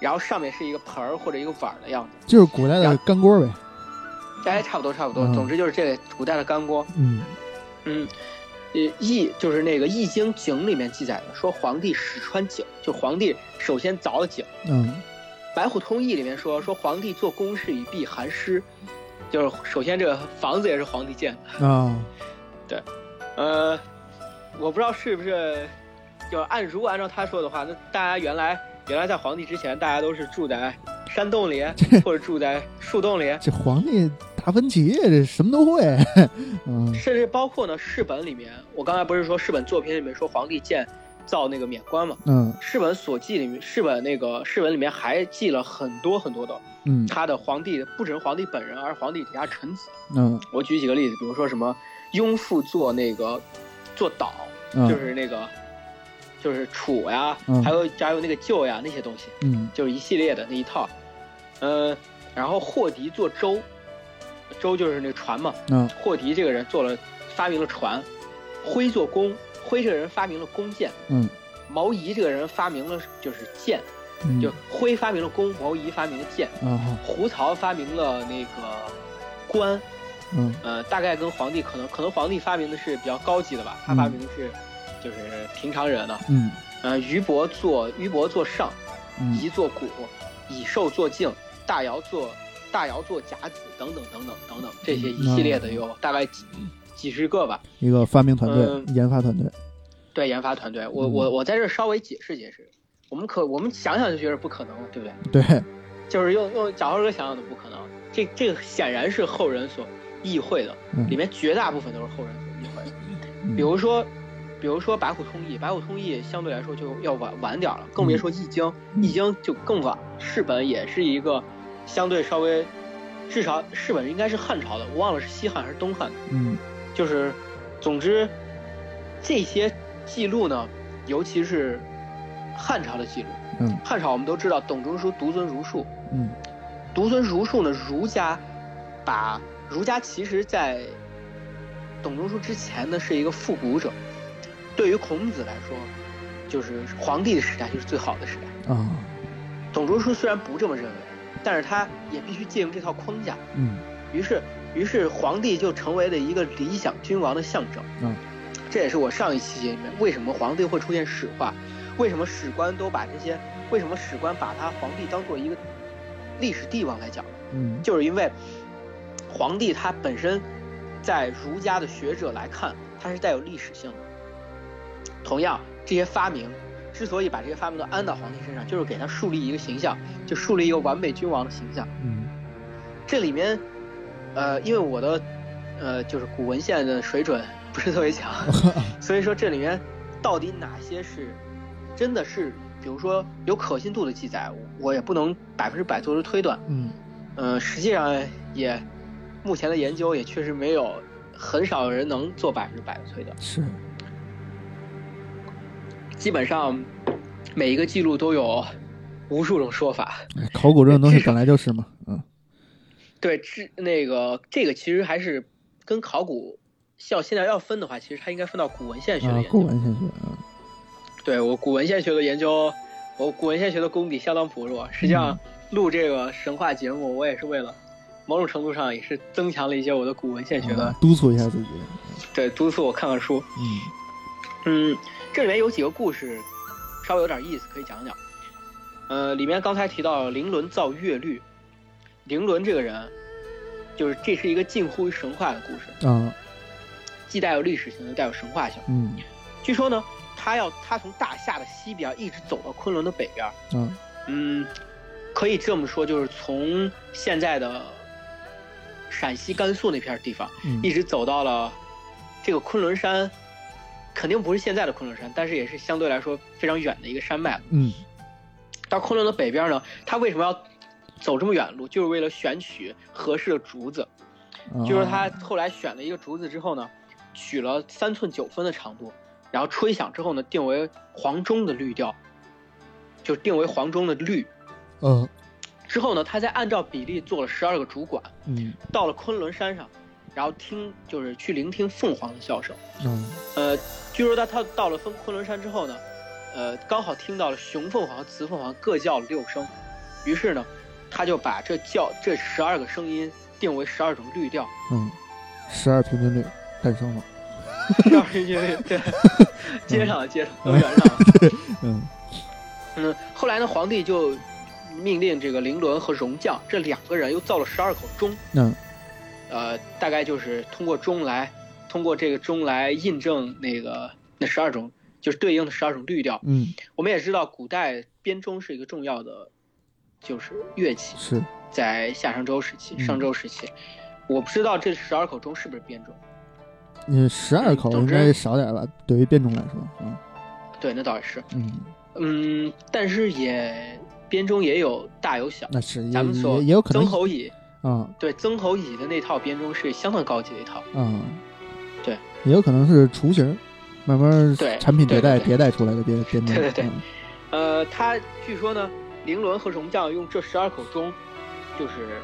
[SPEAKER 2] 然后上面是一个盆儿或者一个碗儿的样子。
[SPEAKER 1] 就是古代的
[SPEAKER 2] 然
[SPEAKER 1] 干锅呗，
[SPEAKER 2] 哎，差不多差不多
[SPEAKER 1] 嗯，
[SPEAKER 2] 总之就是这个古代的干锅。
[SPEAKER 1] 嗯
[SPEAKER 2] 嗯，呃，易就是那个《易经》井里面记载的，说皇帝始穿井，就皇帝首先凿了井，
[SPEAKER 1] 嗯
[SPEAKER 2] 白虎通义》里面说，说皇帝做公事以避寒湿，就是首先这个房子也是皇帝建的。
[SPEAKER 1] 啊，
[SPEAKER 2] 呃，我不知道是不是，就是按如果按照他说的话，那大家原来原来在皇帝之前，大家都是住在山洞里，或者住在树洞里，
[SPEAKER 1] 这皇帝达芬奇这什么都会，嗯
[SPEAKER 2] 甚至包括呢世本里面，我刚才不是说世本作品里面说皇帝建造那个免官嘛？
[SPEAKER 1] 嗯
[SPEAKER 2] 世本所记里面，世本那个世本里面还记了很多很多的
[SPEAKER 1] 嗯
[SPEAKER 2] 他的皇帝，不只是皇帝本人，而是皇帝底下臣子。
[SPEAKER 1] 嗯
[SPEAKER 2] 我举几个例子，比如说什么庸父做那个做岛，
[SPEAKER 1] 嗯，
[SPEAKER 2] 就是那个就是楚呀，
[SPEAKER 1] 嗯
[SPEAKER 2] 还有还有那个舅呀那些东西，
[SPEAKER 1] 嗯
[SPEAKER 2] 就是一系列的那一套。呃，然后霍迪做舟，舟就是那船嘛。
[SPEAKER 1] 嗯
[SPEAKER 2] 霍迪这个人做了发明了船，徽做弓，徽这个人发明了弓箭，
[SPEAKER 1] 嗯
[SPEAKER 2] 毛仪这个人发明了就是箭，
[SPEAKER 1] 嗯
[SPEAKER 2] 就徽发明了弓，毛仪发明了箭，
[SPEAKER 1] 啊好
[SPEAKER 2] 胡曹发明了那个官，
[SPEAKER 1] 嗯
[SPEAKER 2] 呃，大概跟皇帝可能可能皇帝发明的是比较高级的吧，他
[SPEAKER 1] 嗯
[SPEAKER 2] 发明的是就是平常人的，
[SPEAKER 1] 嗯
[SPEAKER 2] 呃，俞伯做俞伯做上，
[SPEAKER 1] 嗯
[SPEAKER 2] 夷做鼓，以兽做镜，大尧做大尧做甲子等等等等等等这些
[SPEAKER 1] 嗯
[SPEAKER 2] 一系列的有大概几几十个吧。
[SPEAKER 1] 一个发明团队
[SPEAKER 2] 嗯
[SPEAKER 1] 研发团队，
[SPEAKER 2] 对研发团队，我
[SPEAKER 1] 嗯
[SPEAKER 2] 我我在这儿稍微解释解释，我们可我们想想就觉得不可能，对不对？
[SPEAKER 1] 对
[SPEAKER 2] 就是用用小浩哥想想的不可能，这这个显然是后人所意会的
[SPEAKER 1] 嗯，
[SPEAKER 2] 里面绝大部分都是后人所意会的。
[SPEAKER 1] 嗯
[SPEAKER 2] 比如说，比如说白虎通义，白虎通义相对来说就要晚晚点儿了，更别说易经，易经就更晚。世本也是一个相对稍微，至少世本应该是汉朝的，我忘了是西汉还是东汉的，
[SPEAKER 1] 嗯
[SPEAKER 2] 就是，总之，这些记录呢，尤其是汉朝的记录，
[SPEAKER 1] 嗯
[SPEAKER 2] 汉朝我们都知道董仲舒独尊儒术，
[SPEAKER 1] 嗯
[SPEAKER 2] 独尊儒术呢，儒家把儒家其实在董仲舒之前呢是一个复古者，对于孔子来说，就是皇帝的时代就是最好的时代。
[SPEAKER 1] 啊
[SPEAKER 2] 董仲舒虽然不这么认为，但是他也必须借用这套框架，
[SPEAKER 1] 嗯
[SPEAKER 2] 于是于是皇帝就成为了一个理想君王的象征。
[SPEAKER 1] 嗯，
[SPEAKER 2] 这也是我上一期节里面为什么皇帝会出现史话，为什么史官都把这些，为什么史官把他皇帝当做一个历史帝王来讲。
[SPEAKER 1] 嗯
[SPEAKER 2] 就是因为皇帝他本身在儒家的学者来看，他是带有历史性的。同样，这些发明之所以把这些发明都安到皇帝身上，就是给他树立一个形象，就树立一个完美君王的形象。
[SPEAKER 1] 嗯
[SPEAKER 2] 这里面，呃，因为我的呃就是古文献的水准不是特别强，所以说这里面到底哪些是真的是，比如说有可信度的记载，我也不能百分之百做出推断。
[SPEAKER 1] 嗯
[SPEAKER 2] 嗯，实际上也，目前的研究也确实没有，很少有人能做百分之百的推断。
[SPEAKER 1] 是
[SPEAKER 2] 基本上，每一个记录都有无数种说法。
[SPEAKER 1] 哎考古这种东西本来就是嘛，嗯
[SPEAKER 2] 对，这那个这个其实还是跟考古，像现在要分的话，其实它应该分到古文献学的
[SPEAKER 1] 啊
[SPEAKER 2] 研究。
[SPEAKER 1] 古文献学啊
[SPEAKER 2] 对我古文献学的研究，我古文献学的功底相当薄弱。实际
[SPEAKER 1] 嗯
[SPEAKER 2] 上，录这个神话节目，我也是为了某种程度上也是增强了一些我的古文献学的，
[SPEAKER 1] 啊督促一下自己，
[SPEAKER 2] 对，督促我看看书。
[SPEAKER 1] 嗯
[SPEAKER 2] 嗯，这里面有几个故事，稍微有点意思，可以讲讲。呃，里面刚才提到凌伦造乐律，凌伦这个人，就是这是一个近乎于神话的故事，
[SPEAKER 1] 啊
[SPEAKER 2] 既带有历史性，又带有神话性。
[SPEAKER 1] 嗯
[SPEAKER 2] 据说呢，他要他从大夏的西边一直走到昆仑的北边，
[SPEAKER 1] 啊
[SPEAKER 2] 嗯，可以这么说，就是从现在的陕西、甘肃那片地方，
[SPEAKER 1] 嗯
[SPEAKER 2] 一直走到了这个昆仑山，肯定不是现在的昆仑山，但是也是相对来说非常远的一个山脉了。
[SPEAKER 1] 嗯
[SPEAKER 2] 到昆仑的北边呢，他为什么要走这么远路？就是为了选取合适的竹子。
[SPEAKER 1] 啊
[SPEAKER 2] 就是他后来选了一个竹子之后呢，取了三寸九分的长度，然后吹响之后呢，定为黄钟的律调，就定为黄钟的律。
[SPEAKER 1] 呃
[SPEAKER 2] 之后呢，他再按照比例做了十二个竹管，
[SPEAKER 1] 嗯
[SPEAKER 2] 到了昆仑山上，然后听就是去聆听凤凰的笑声。
[SPEAKER 1] 嗯
[SPEAKER 2] 呃，据说他他到了昆昆仑山之后呢，呃，刚好听到了雄凤凰、雌凤凰各叫了六声，于是呢，他就把这叫这十二个声音定为十二种律调， [LAUGHS]
[SPEAKER 1] 嗯十二平均律诞生了，
[SPEAKER 2] 十二音乐对，接上了接上了，都圆上了。
[SPEAKER 1] 嗯
[SPEAKER 2] 嗯，后来呢，皇帝就命令这个凌伦和荣将这两个人又造了十二口钟，
[SPEAKER 1] 嗯，
[SPEAKER 2] 呃，大概就是通过钟来，通过这个钟来印证那个那十二种，就是对应的十二种律调。
[SPEAKER 1] 嗯，
[SPEAKER 2] 我们也知道，古代编钟是一个重要的，就是乐器，
[SPEAKER 1] 是，
[SPEAKER 2] 在夏商周时期、
[SPEAKER 1] 嗯
[SPEAKER 2] 商周时期，我不知道这十二口钟是不是编钟。
[SPEAKER 1] 你十二口
[SPEAKER 2] 总
[SPEAKER 1] 应
[SPEAKER 2] 之
[SPEAKER 1] 该少点吧？对于变种来说，嗯
[SPEAKER 2] 对，那倒也是，
[SPEAKER 1] 嗯，
[SPEAKER 2] 嗯，但是也编钟也有大有小。
[SPEAKER 1] 那是也
[SPEAKER 2] 咱们说
[SPEAKER 1] 也也有可能
[SPEAKER 2] 曾侯乙，
[SPEAKER 1] 啊
[SPEAKER 2] 对曾侯乙的那套编钟是相当高级的一套，
[SPEAKER 1] 啊，
[SPEAKER 2] 对，
[SPEAKER 1] 也有可能是雏形儿，慢慢儿
[SPEAKER 2] 对
[SPEAKER 1] 产品迭
[SPEAKER 2] 对
[SPEAKER 1] 代
[SPEAKER 2] 对
[SPEAKER 1] 迭代出来的变变种，
[SPEAKER 2] 对对对
[SPEAKER 1] 嗯
[SPEAKER 2] 呃，他据说呢，凌伦和荣将用这十二口钟，就是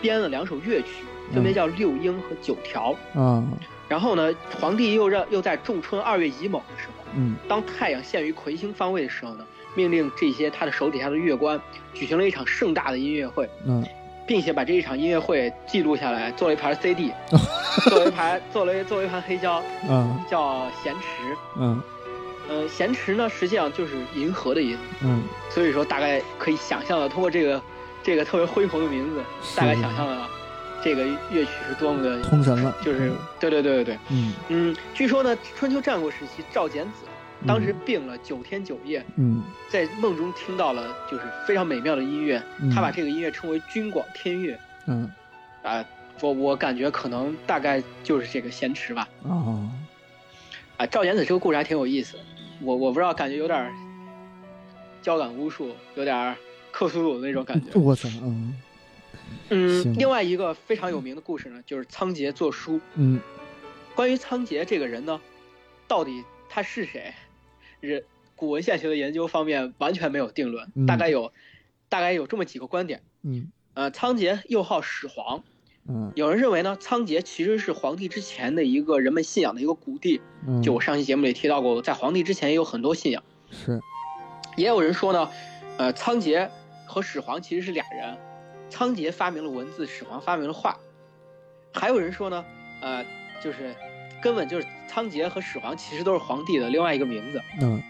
[SPEAKER 2] 编了两首乐曲，分别
[SPEAKER 1] 嗯
[SPEAKER 2] 叫六应和九条。
[SPEAKER 1] 啊，
[SPEAKER 2] 然后呢，皇帝又让又在仲春二月乙卯的时候，
[SPEAKER 1] 嗯
[SPEAKER 2] 当太阳陷于魁星方位的时候呢，命令这些他的手底下的乐官举行了一场盛大的音乐会，
[SPEAKER 1] 嗯
[SPEAKER 2] 并且把这一场音乐会记录下来，做了一盘 CD，做了一盘做了一做了一盘黑胶，
[SPEAKER 1] 啊
[SPEAKER 2] 叫咸池。
[SPEAKER 1] 嗯
[SPEAKER 2] 呃，咸池呢，实际上就是银河的银。
[SPEAKER 1] 嗯，
[SPEAKER 2] 所以说大概可以想象的，通过这个这个特别恢宏的名字，
[SPEAKER 1] 是
[SPEAKER 2] 大概想象了这个乐曲是多么的，
[SPEAKER 1] 通神了，
[SPEAKER 2] 就是对对对对对，
[SPEAKER 1] 嗯
[SPEAKER 2] 嗯，据说呢，春秋战国时期赵简子
[SPEAKER 1] 嗯
[SPEAKER 2] 当时病了九天九夜，
[SPEAKER 1] 嗯
[SPEAKER 2] 在梦中听到了就是非常美妙的音乐，
[SPEAKER 1] 嗯
[SPEAKER 2] 他把这个音乐称为军广天乐
[SPEAKER 1] 嗯
[SPEAKER 2] 啊、我我感觉可能大概就是这个咸池吧，
[SPEAKER 1] 啊
[SPEAKER 2] 啊、赵简子这个故事还挺有意思的，我我不知道，感觉有点儿交感巫术，有点儿克苏鲁的那种感觉。
[SPEAKER 1] 我操，嗯行
[SPEAKER 2] 嗯，另外一个非常有名的故事呢，就是仓颉作书。
[SPEAKER 1] 嗯
[SPEAKER 2] 关于仓颉这个人呢，到底他是谁？人古文献学的研究方面完全没有定论，
[SPEAKER 1] 嗯
[SPEAKER 2] 大概有大概有这么几个观点。
[SPEAKER 1] 嗯
[SPEAKER 2] 呃，仓颉又号始皇，
[SPEAKER 1] 嗯
[SPEAKER 2] 有人认为呢，仓颉其实是皇帝之前的一个人们信仰的一个谷地。
[SPEAKER 1] 嗯，
[SPEAKER 2] 就我上期节目里提到过，在皇帝之前也有很多信仰。
[SPEAKER 1] 是
[SPEAKER 2] 也有人说呢，呃，仓颉和始皇其实是俩人，仓颉发明了文字，始皇发明了画。还有人说呢，呃，就是根本就是仓颉和始皇其实都是皇帝的另外一个名字。
[SPEAKER 1] 嗯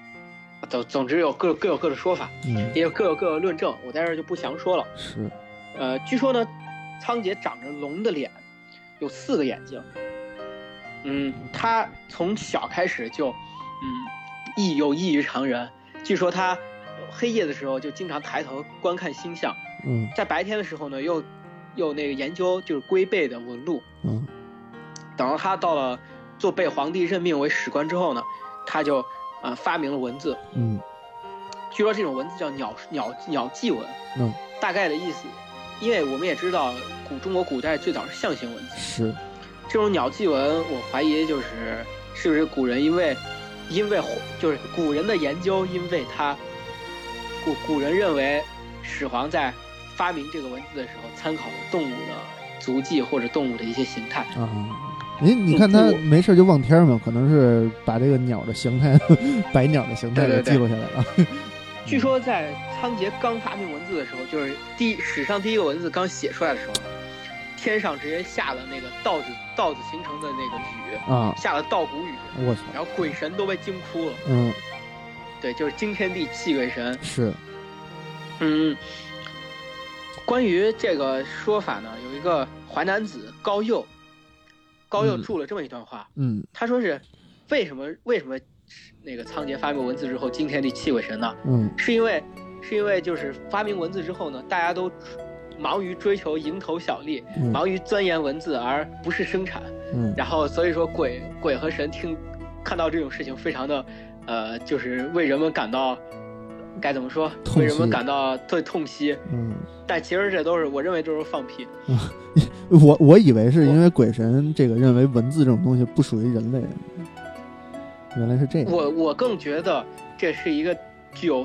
[SPEAKER 2] 总总之有各各有各的说法，
[SPEAKER 1] 嗯
[SPEAKER 2] 也有各有各的论证，我在这儿就不详说了。
[SPEAKER 1] 是
[SPEAKER 2] 呃，据说呢，仓颉长着龙的脸，有四个眼睛。嗯，他从小开始就，嗯，异有异于常人。据说他呃黑夜的时候就经常抬头观看星象，
[SPEAKER 1] 嗯
[SPEAKER 2] 在白天的时候呢，又又那个研究就是龟背的纹路。
[SPEAKER 1] 嗯
[SPEAKER 2] 等到他到了做被皇帝任命为史官之后呢，他就呃发明了文字。
[SPEAKER 1] 嗯
[SPEAKER 2] 据说这种文字叫鸟鸟鸟记文，
[SPEAKER 1] 嗯，
[SPEAKER 2] 大概的意思，因为我们也知道古中国古代最早是象形文字，
[SPEAKER 1] 是
[SPEAKER 2] 这种鸟记文，我怀疑就是是不是古人因为因为就是古人的研究，因为他古古人认为始皇在发明这个文字的时候参考了动物的足迹或者动物的一些形态，
[SPEAKER 1] 啊。你你看他没事就望天儿嘛，可能是把这个鸟的形态， [LAUGHS] 白鸟的形态给
[SPEAKER 2] 对对对
[SPEAKER 1] 记录下来了。
[SPEAKER 2] 据说在仓颉刚发明文字的时候，就是第一史上第一个文字刚写出来的时候，天上直接下了那个稻子稻子形成的那个雨，
[SPEAKER 1] [LAUGHS] 啊，
[SPEAKER 2] 下了稻谷雨，
[SPEAKER 1] 我操，
[SPEAKER 2] 然后鬼神都被惊哭了。
[SPEAKER 1] 嗯，
[SPEAKER 2] 对，就是惊天地泣鬼神。
[SPEAKER 1] 是，
[SPEAKER 2] 嗯，关于这个说法呢，有一个淮南子高诱，高诱
[SPEAKER 1] 嗯
[SPEAKER 2] 注了这么一段话，
[SPEAKER 1] 嗯
[SPEAKER 2] 他说是为什么为什么那个仓颉发明文字之后惊天地泣鬼神呢？
[SPEAKER 1] 嗯
[SPEAKER 2] 是因为是因为就是发明文字之后呢，大家都忙于追求蝇头小利，
[SPEAKER 1] 嗯
[SPEAKER 2] 忙于钻研文字而不是生产，
[SPEAKER 1] 嗯
[SPEAKER 2] 然后所以说鬼鬼和神听看到这种事情非常的，呃，就是为人们感到该怎么说，
[SPEAKER 1] 痛
[SPEAKER 2] 为人们
[SPEAKER 1] 惜
[SPEAKER 2] 感到对痛惜，
[SPEAKER 1] 嗯，
[SPEAKER 2] 但其实这都是我认为这都是放屁，
[SPEAKER 1] 我我以为是因为鬼神这个认为文字这种东西不属于人类，原来是这样。
[SPEAKER 2] 我我更觉得这是一个具有，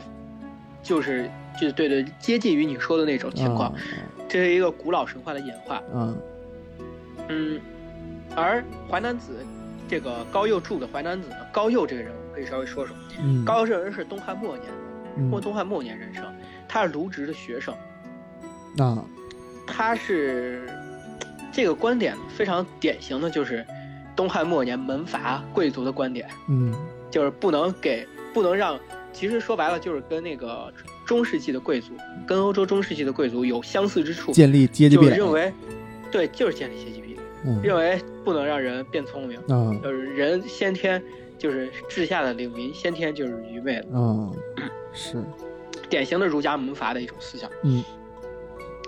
[SPEAKER 2] 就是就对对接近于你说的那种情况，
[SPEAKER 1] 啊
[SPEAKER 2] 这是一个古老神话的演化，
[SPEAKER 1] 啊，
[SPEAKER 2] 嗯，而淮南子这个高诱著的淮南子呢，高诱这个人我们可以稍微说说，
[SPEAKER 1] 嗯，
[SPEAKER 2] 高诱这个人是东汉末年。
[SPEAKER 1] 嗯
[SPEAKER 2] 或东汉末年人生，他是卢植的学生，
[SPEAKER 1] 啊，
[SPEAKER 2] 他是这个观点非常典型的就是东汉末年门阀贵族的观点，
[SPEAKER 1] 嗯
[SPEAKER 2] 就是不能给不能让，其实说白了就是跟那个中世纪的贵族跟欧洲中世纪的贵族有相似之处，
[SPEAKER 1] 建立阶级
[SPEAKER 2] 就
[SPEAKER 1] 壁
[SPEAKER 2] 是
[SPEAKER 1] 垒
[SPEAKER 2] 认，为，对，就是建立阶级壁垒，
[SPEAKER 1] 嗯
[SPEAKER 2] 认为不能让人变聪明，
[SPEAKER 1] 啊
[SPEAKER 2] 就是人先天就是治下的领民先天就是愚昧的，
[SPEAKER 1] 啊，是，
[SPEAKER 2] 典型的儒家门阀的一种思想。
[SPEAKER 1] 嗯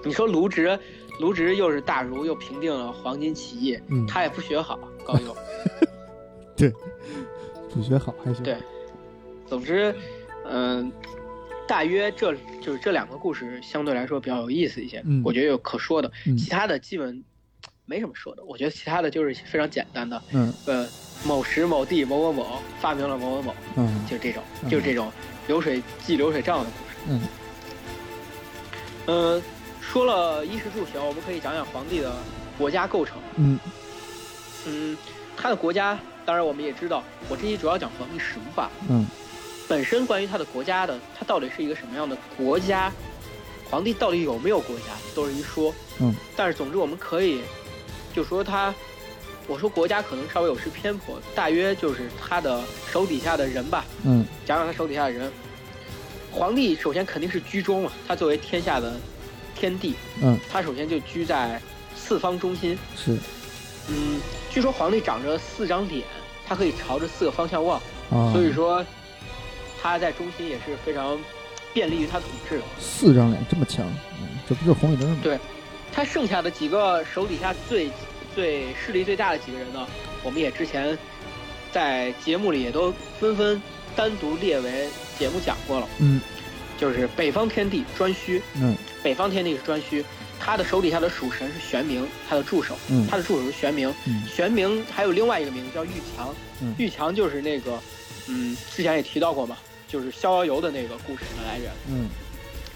[SPEAKER 2] 你说卢植，卢植又是大儒，又平定了黄巾起义，
[SPEAKER 1] 嗯，
[SPEAKER 2] 他也不学好，高
[SPEAKER 1] [LAUGHS]
[SPEAKER 2] 诱。
[SPEAKER 1] 不学好还行，
[SPEAKER 2] 对总之，嗯、大约这就是这两个故事相对来说比较有意思一些，
[SPEAKER 1] 嗯
[SPEAKER 2] 我觉得有可说的，
[SPEAKER 1] 嗯
[SPEAKER 2] 其他的基本没什么说的。我觉得其他的就是非常简单的，
[SPEAKER 1] 嗯
[SPEAKER 2] 呃，某时某地某某某发明了某某某，
[SPEAKER 1] 嗯
[SPEAKER 2] 就是这种，
[SPEAKER 1] 嗯
[SPEAKER 2] 就是这种流水记流水账的故事。
[SPEAKER 1] 嗯
[SPEAKER 2] 嗯、说了衣食住行，我们可以讲讲皇帝的国家构成。
[SPEAKER 1] 嗯
[SPEAKER 2] 嗯，他的国家，当然我们也知道，我这期主要讲皇帝实化。
[SPEAKER 1] 嗯
[SPEAKER 2] 本身关于他的国家的，他到底是一个什么样的国家，皇帝到底有没有国家，都是一说。
[SPEAKER 1] 嗯，
[SPEAKER 2] 但是总之我们可以就说他，我说国家可能稍微有失偏颇，大约就是他的手底下的人吧，
[SPEAKER 1] 嗯
[SPEAKER 2] 讲讲他手底下的人。皇帝首先肯定是居中嘛，他作为天下的天帝，
[SPEAKER 1] 嗯，
[SPEAKER 2] 他首先就居在四方中心。
[SPEAKER 1] 是
[SPEAKER 2] 嗯，据说皇帝长着四张脸，他可以朝着四个方向望。
[SPEAKER 1] 啊，
[SPEAKER 2] 所以说他在中心也是非常便利于他统治的。
[SPEAKER 1] 四张脸这么强，嗯这不就是红卫兵吗？
[SPEAKER 2] 对他剩下的几个手底下最最势力最大的几个人呢，我们也之前在节目里也都纷纷单独列为节目讲过了，
[SPEAKER 1] 嗯
[SPEAKER 2] 就是北方天帝颛顼，
[SPEAKER 1] 嗯
[SPEAKER 2] 北方天帝是颛顼，他的手底下的属神是玄冥，他的助手，
[SPEAKER 1] 嗯
[SPEAKER 2] 他的助手是玄冥，
[SPEAKER 1] 嗯
[SPEAKER 2] 玄冥还有另外一个名字叫玉强
[SPEAKER 1] 嗯，
[SPEAKER 2] 玉强就是那个，嗯，之前也提到过嘛，就是逍遥游的那个故事的来源。
[SPEAKER 1] 嗯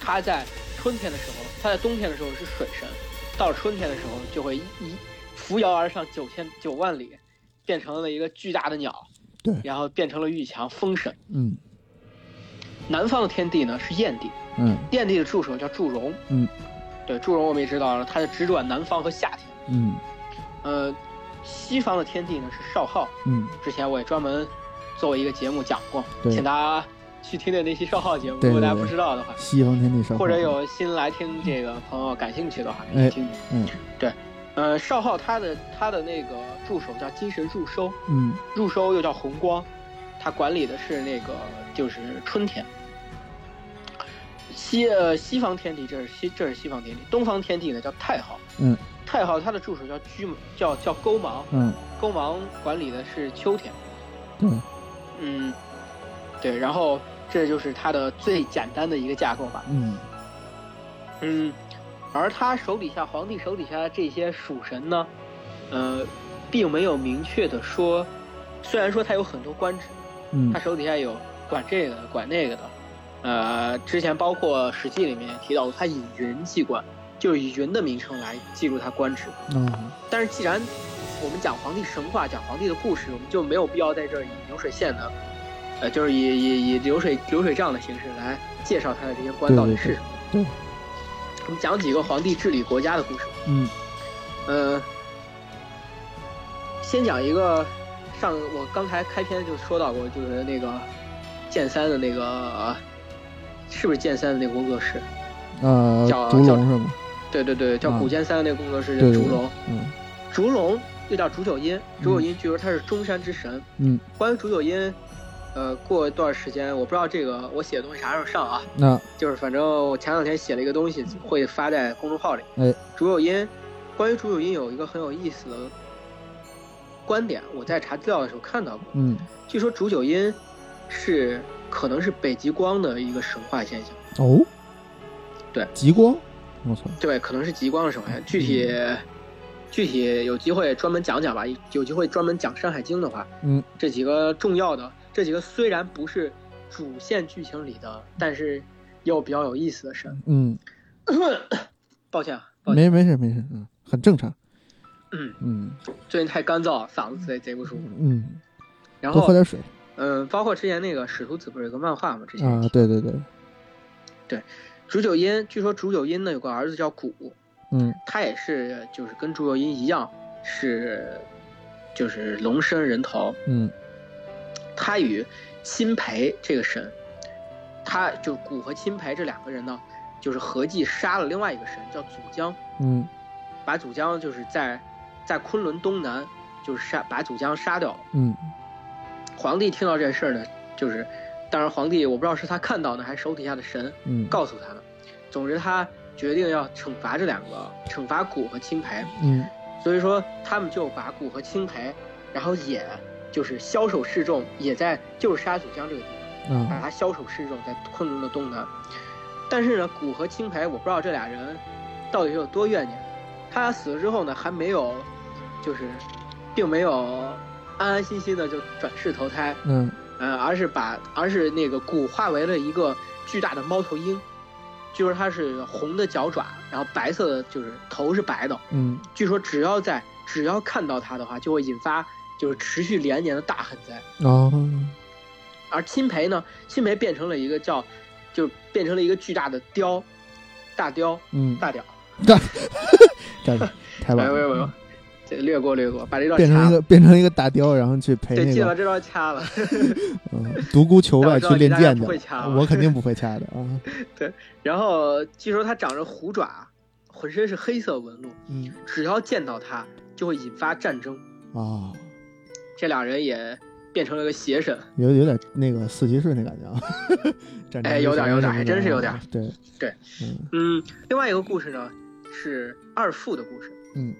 [SPEAKER 2] 他在春天的时候，他在冬天的时候是水神，到了春天的时候就会一一扶摇而上九千九万里，变成了一个巨大的鸟，
[SPEAKER 1] 对
[SPEAKER 2] 然后变成了玉强风神。
[SPEAKER 1] 嗯
[SPEAKER 2] 南方的天帝呢是燕帝，
[SPEAKER 1] 嗯
[SPEAKER 2] 燕帝的助手叫祝融，
[SPEAKER 1] 嗯，
[SPEAKER 2] 对，祝融我们也知道了，他就直转南方和夏天。
[SPEAKER 1] 嗯
[SPEAKER 2] 呃，西方的天帝呢是少昊，
[SPEAKER 1] 嗯，
[SPEAKER 2] 之前我也专门作为一个节目讲过，
[SPEAKER 1] 对
[SPEAKER 2] 请大家去听听那期少昊节目，
[SPEAKER 1] 对
[SPEAKER 2] 如果大家
[SPEAKER 1] 对
[SPEAKER 2] 不
[SPEAKER 1] 对
[SPEAKER 2] 知道的话。
[SPEAKER 1] 西方天地少，
[SPEAKER 2] 或者有新来听这个朋友感兴趣的话，可
[SPEAKER 1] 哎
[SPEAKER 2] 以听听。
[SPEAKER 1] 嗯
[SPEAKER 2] 呃，少昊他的他的那个助手叫金神入收，
[SPEAKER 1] 嗯
[SPEAKER 2] 入收又叫红光，他管理的是那个就是春天。西呃西方天帝，这是西这是西方天帝，东方天帝呢叫太昊，
[SPEAKER 1] 嗯，
[SPEAKER 2] 太昊他的助手叫居叫叫勾芒，
[SPEAKER 1] 嗯
[SPEAKER 2] 勾芒管理的是秋天，
[SPEAKER 1] 对，
[SPEAKER 2] 嗯，对，然后这就是他的最简单的一个架构吧，
[SPEAKER 1] 嗯
[SPEAKER 2] 嗯，而他手底下皇帝手底下的这些属神呢，呃，并没有明确的说，虽然说他有很多官职，
[SPEAKER 1] 嗯
[SPEAKER 2] 他手底下有管这个的、管那个的，呃，之前包括《史记》里面也提到过，他以云记官，就是以云的名称来记录他官职。
[SPEAKER 1] 啊
[SPEAKER 2] 但是既然我们讲皇帝神话、讲皇帝的故事，我们就没有必要在这儿以流水线的，呃，就是以以以流水流水账的形式来介绍他的这些官
[SPEAKER 1] 对
[SPEAKER 2] 到底
[SPEAKER 1] 对
[SPEAKER 2] 是什么。
[SPEAKER 1] 对
[SPEAKER 2] 我们讲几个皇帝治理国家的故事。
[SPEAKER 1] 嗯
[SPEAKER 2] 呃，先讲一个，上我刚才开篇就说到过，就是那个剑三的那个，呃是不是剑三的那个工作室？
[SPEAKER 1] 呃
[SPEAKER 2] 叫
[SPEAKER 1] 烛龙是吗？
[SPEAKER 2] 对对对，叫
[SPEAKER 1] 啊
[SPEAKER 2] 古剑三的那个工作室叫
[SPEAKER 1] 对对
[SPEAKER 2] 烛
[SPEAKER 1] 对
[SPEAKER 2] 龙，
[SPEAKER 1] 嗯
[SPEAKER 2] 烛龙又叫竹九阴，竹九阴据说他是中山之神。
[SPEAKER 1] 嗯，
[SPEAKER 2] 关于竹九阴，呃，过一段时间我不知道这个我写的东西啥时候上啊，
[SPEAKER 1] 那
[SPEAKER 2] 就是反正我前两天写了一个东西，会发在公众号里。
[SPEAKER 1] 哎，
[SPEAKER 2] 竹有音，关于竹有音有一个很有意思的观点，我在查资料的时候看到过。
[SPEAKER 1] 嗯
[SPEAKER 2] 据说竹九音是可能是北极光的一个神话现象，
[SPEAKER 1] 哦，
[SPEAKER 2] 对
[SPEAKER 1] 极光，我操，
[SPEAKER 2] 对，可能是极光的神话现象。具体、
[SPEAKER 1] 嗯
[SPEAKER 2] 具体有机会专门讲讲吧，有机会专门讲《山海经》的话，
[SPEAKER 1] 嗯，
[SPEAKER 2] 这几个重要的，这几个虽然不是主线剧情里的，但是又比较有意思的神。
[SPEAKER 1] 嗯，
[SPEAKER 2] 抱歉啊，抱歉。
[SPEAKER 1] 没没事没事，嗯，很正常，
[SPEAKER 2] 嗯，
[SPEAKER 1] 嗯
[SPEAKER 2] 最近太干燥，嗓子贼贼不舒服。
[SPEAKER 1] 嗯，
[SPEAKER 2] 然
[SPEAKER 1] 多
[SPEAKER 2] 后
[SPEAKER 1] 喝，点水
[SPEAKER 2] 嗯、包括之前那个《使徒子》不是有个漫画嘛？之前
[SPEAKER 1] 啊，对对对，
[SPEAKER 2] 竹九阴，据说竹九阴呢有个儿子叫谷，
[SPEAKER 1] 嗯
[SPEAKER 2] 他也是就是跟竹九阴一样是就是龙身人头，
[SPEAKER 1] 嗯
[SPEAKER 2] 他与钦培这个神，他就谷和钦培这两个人呢，就是合计杀了另外一个神叫祖江，
[SPEAKER 1] 嗯
[SPEAKER 2] 把祖江就是在在昆仑东南就是杀把祖江杀掉了。
[SPEAKER 1] 嗯
[SPEAKER 2] 皇帝听到这事儿呢，就是，当然皇帝我不知道是他看到呢，还是手底下的神
[SPEAKER 1] 嗯，
[SPEAKER 2] 告诉他的。总之，他决定要惩罚这两个，惩罚蛊和青培。
[SPEAKER 1] 嗯
[SPEAKER 2] 所以说，他们就把蛊和青培，然后也就是枭首示众，也在就是杀祖江这个地方，把
[SPEAKER 1] 啊
[SPEAKER 2] 他枭首示众在昆仑的东南。但是呢，蛊和青培，我不知道这俩人到底有多怨念。他俩死了之后呢，还没有，就是，并没有安安心心的就转世投胎，
[SPEAKER 1] 嗯
[SPEAKER 2] 呃，而是把而是那个蛊化为了一个巨大的猫头鹰，据说它是红的脚爪，然后白色的就是头是白的，
[SPEAKER 1] 嗯
[SPEAKER 2] 据说只要在只要看到它的话，就会引发就是持续连年的大旱灾。
[SPEAKER 1] 哦
[SPEAKER 2] 而钦培呢，钦培变成了一个叫，就变成了一个巨大的雕，大雕
[SPEAKER 1] 嗯，
[SPEAKER 2] 大屌，
[SPEAKER 1] 太
[SPEAKER 2] [LAUGHS]
[SPEAKER 1] 太棒
[SPEAKER 2] 哎呦哎呦
[SPEAKER 1] 了嗯
[SPEAKER 2] 哎呦，，这略过略过，把这段
[SPEAKER 1] 变成
[SPEAKER 2] 掐
[SPEAKER 1] 一
[SPEAKER 2] 了，
[SPEAKER 1] 个变成一个大雕，然后去陪
[SPEAKER 2] 对，
[SPEAKER 1] 那
[SPEAKER 2] 记得把
[SPEAKER 1] 个
[SPEAKER 2] 这段掐了。 [LAUGHS]
[SPEAKER 1] 嗯独孤求败去练剑
[SPEAKER 2] 但我知道你大概不会
[SPEAKER 1] 去，
[SPEAKER 2] 掐啊
[SPEAKER 1] 我肯定不会掐的啊，
[SPEAKER 2] 然后据说它长着虎爪，浑身是黑色纹路，
[SPEAKER 1] 嗯
[SPEAKER 2] 只要见到它，就会引发战争。
[SPEAKER 1] 啊，
[SPEAKER 2] 这俩人也变成了个邪神，
[SPEAKER 1] 有有点那个四骑士那感觉啊，战争
[SPEAKER 2] 哎有点有点
[SPEAKER 1] 之前
[SPEAKER 2] 还真是有点
[SPEAKER 1] 那种啊对
[SPEAKER 2] 对，
[SPEAKER 1] 嗯
[SPEAKER 2] 嗯，另外一个故事呢是二父的故事。
[SPEAKER 1] 嗯，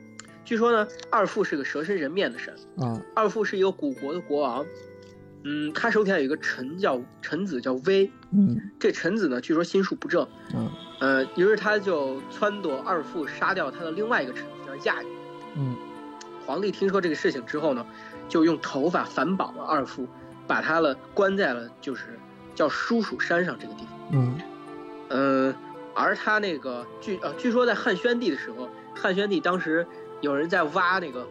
[SPEAKER 2] 据说呢，二父是个蛇身人面的神，
[SPEAKER 1] 啊
[SPEAKER 2] 二父是一个古国的国王。嗯，他手底下有一个臣叫臣子叫威，
[SPEAKER 1] 嗯
[SPEAKER 2] 这臣子呢，据说心术不正，
[SPEAKER 1] 啊
[SPEAKER 2] 呃，于是他就撺掇二父杀掉他的另外一个臣子叫亚羽。
[SPEAKER 1] 嗯
[SPEAKER 2] 皇帝听说这个事情之后呢，就用头发反绑了二父，把他了关在了就是叫叔蜀山上这个地方。
[SPEAKER 1] 嗯
[SPEAKER 2] 嗯，而他那个据呃据说在汉宣帝的时候，汉宣帝当时有人在挖那个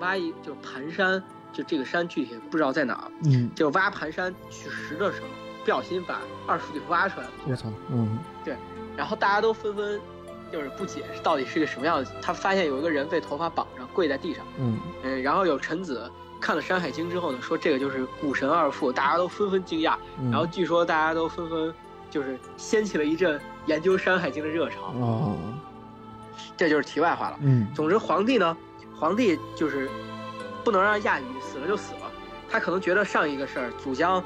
[SPEAKER 2] 挖一就是盘山，就这个山具体不知道在哪儿，
[SPEAKER 1] 嗯，
[SPEAKER 2] 就挖盘山取石的时候，不小心把二父给挖出来了。
[SPEAKER 1] 我操，嗯
[SPEAKER 2] 然后大家都纷纷就是不解到底是个什么样子。他发现有一个人被头发绑着跪在地上，
[SPEAKER 1] 嗯
[SPEAKER 2] 嗯，然后有臣子看了《山海经》之后呢，说这个就是古神二父，大家都纷纷惊讶。
[SPEAKER 1] 嗯，
[SPEAKER 2] 然后据说大家都纷纷就是掀起了一阵研究《山海经》的热潮。
[SPEAKER 1] 哦
[SPEAKER 2] 这就是题外话了。
[SPEAKER 1] 嗯
[SPEAKER 2] 总之，皇帝呢，皇帝就是不能让亚羽死了就死了，他可能觉得上一个事儿祖江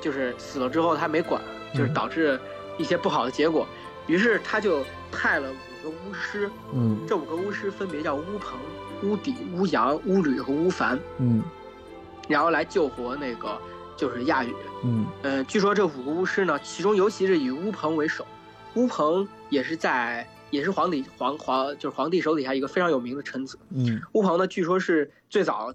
[SPEAKER 2] 就是死了之后他没管，就是导致一些不好的结果，于是他就派了五个巫师，
[SPEAKER 1] 嗯
[SPEAKER 2] 这五个巫师分别叫巫鹏、巫底、巫阳、巫吕和巫凡，
[SPEAKER 1] 嗯
[SPEAKER 2] 然后来救活那个就是亚羽。
[SPEAKER 1] 嗯
[SPEAKER 2] 呃，据说这五个巫师呢，其中尤其是以乌鹏为首，乌鹏也是在也是皇帝皇皇就是皇帝手底下一个非常有名的臣子。
[SPEAKER 1] 嗯，
[SPEAKER 2] 乌鹏呢，据说是最早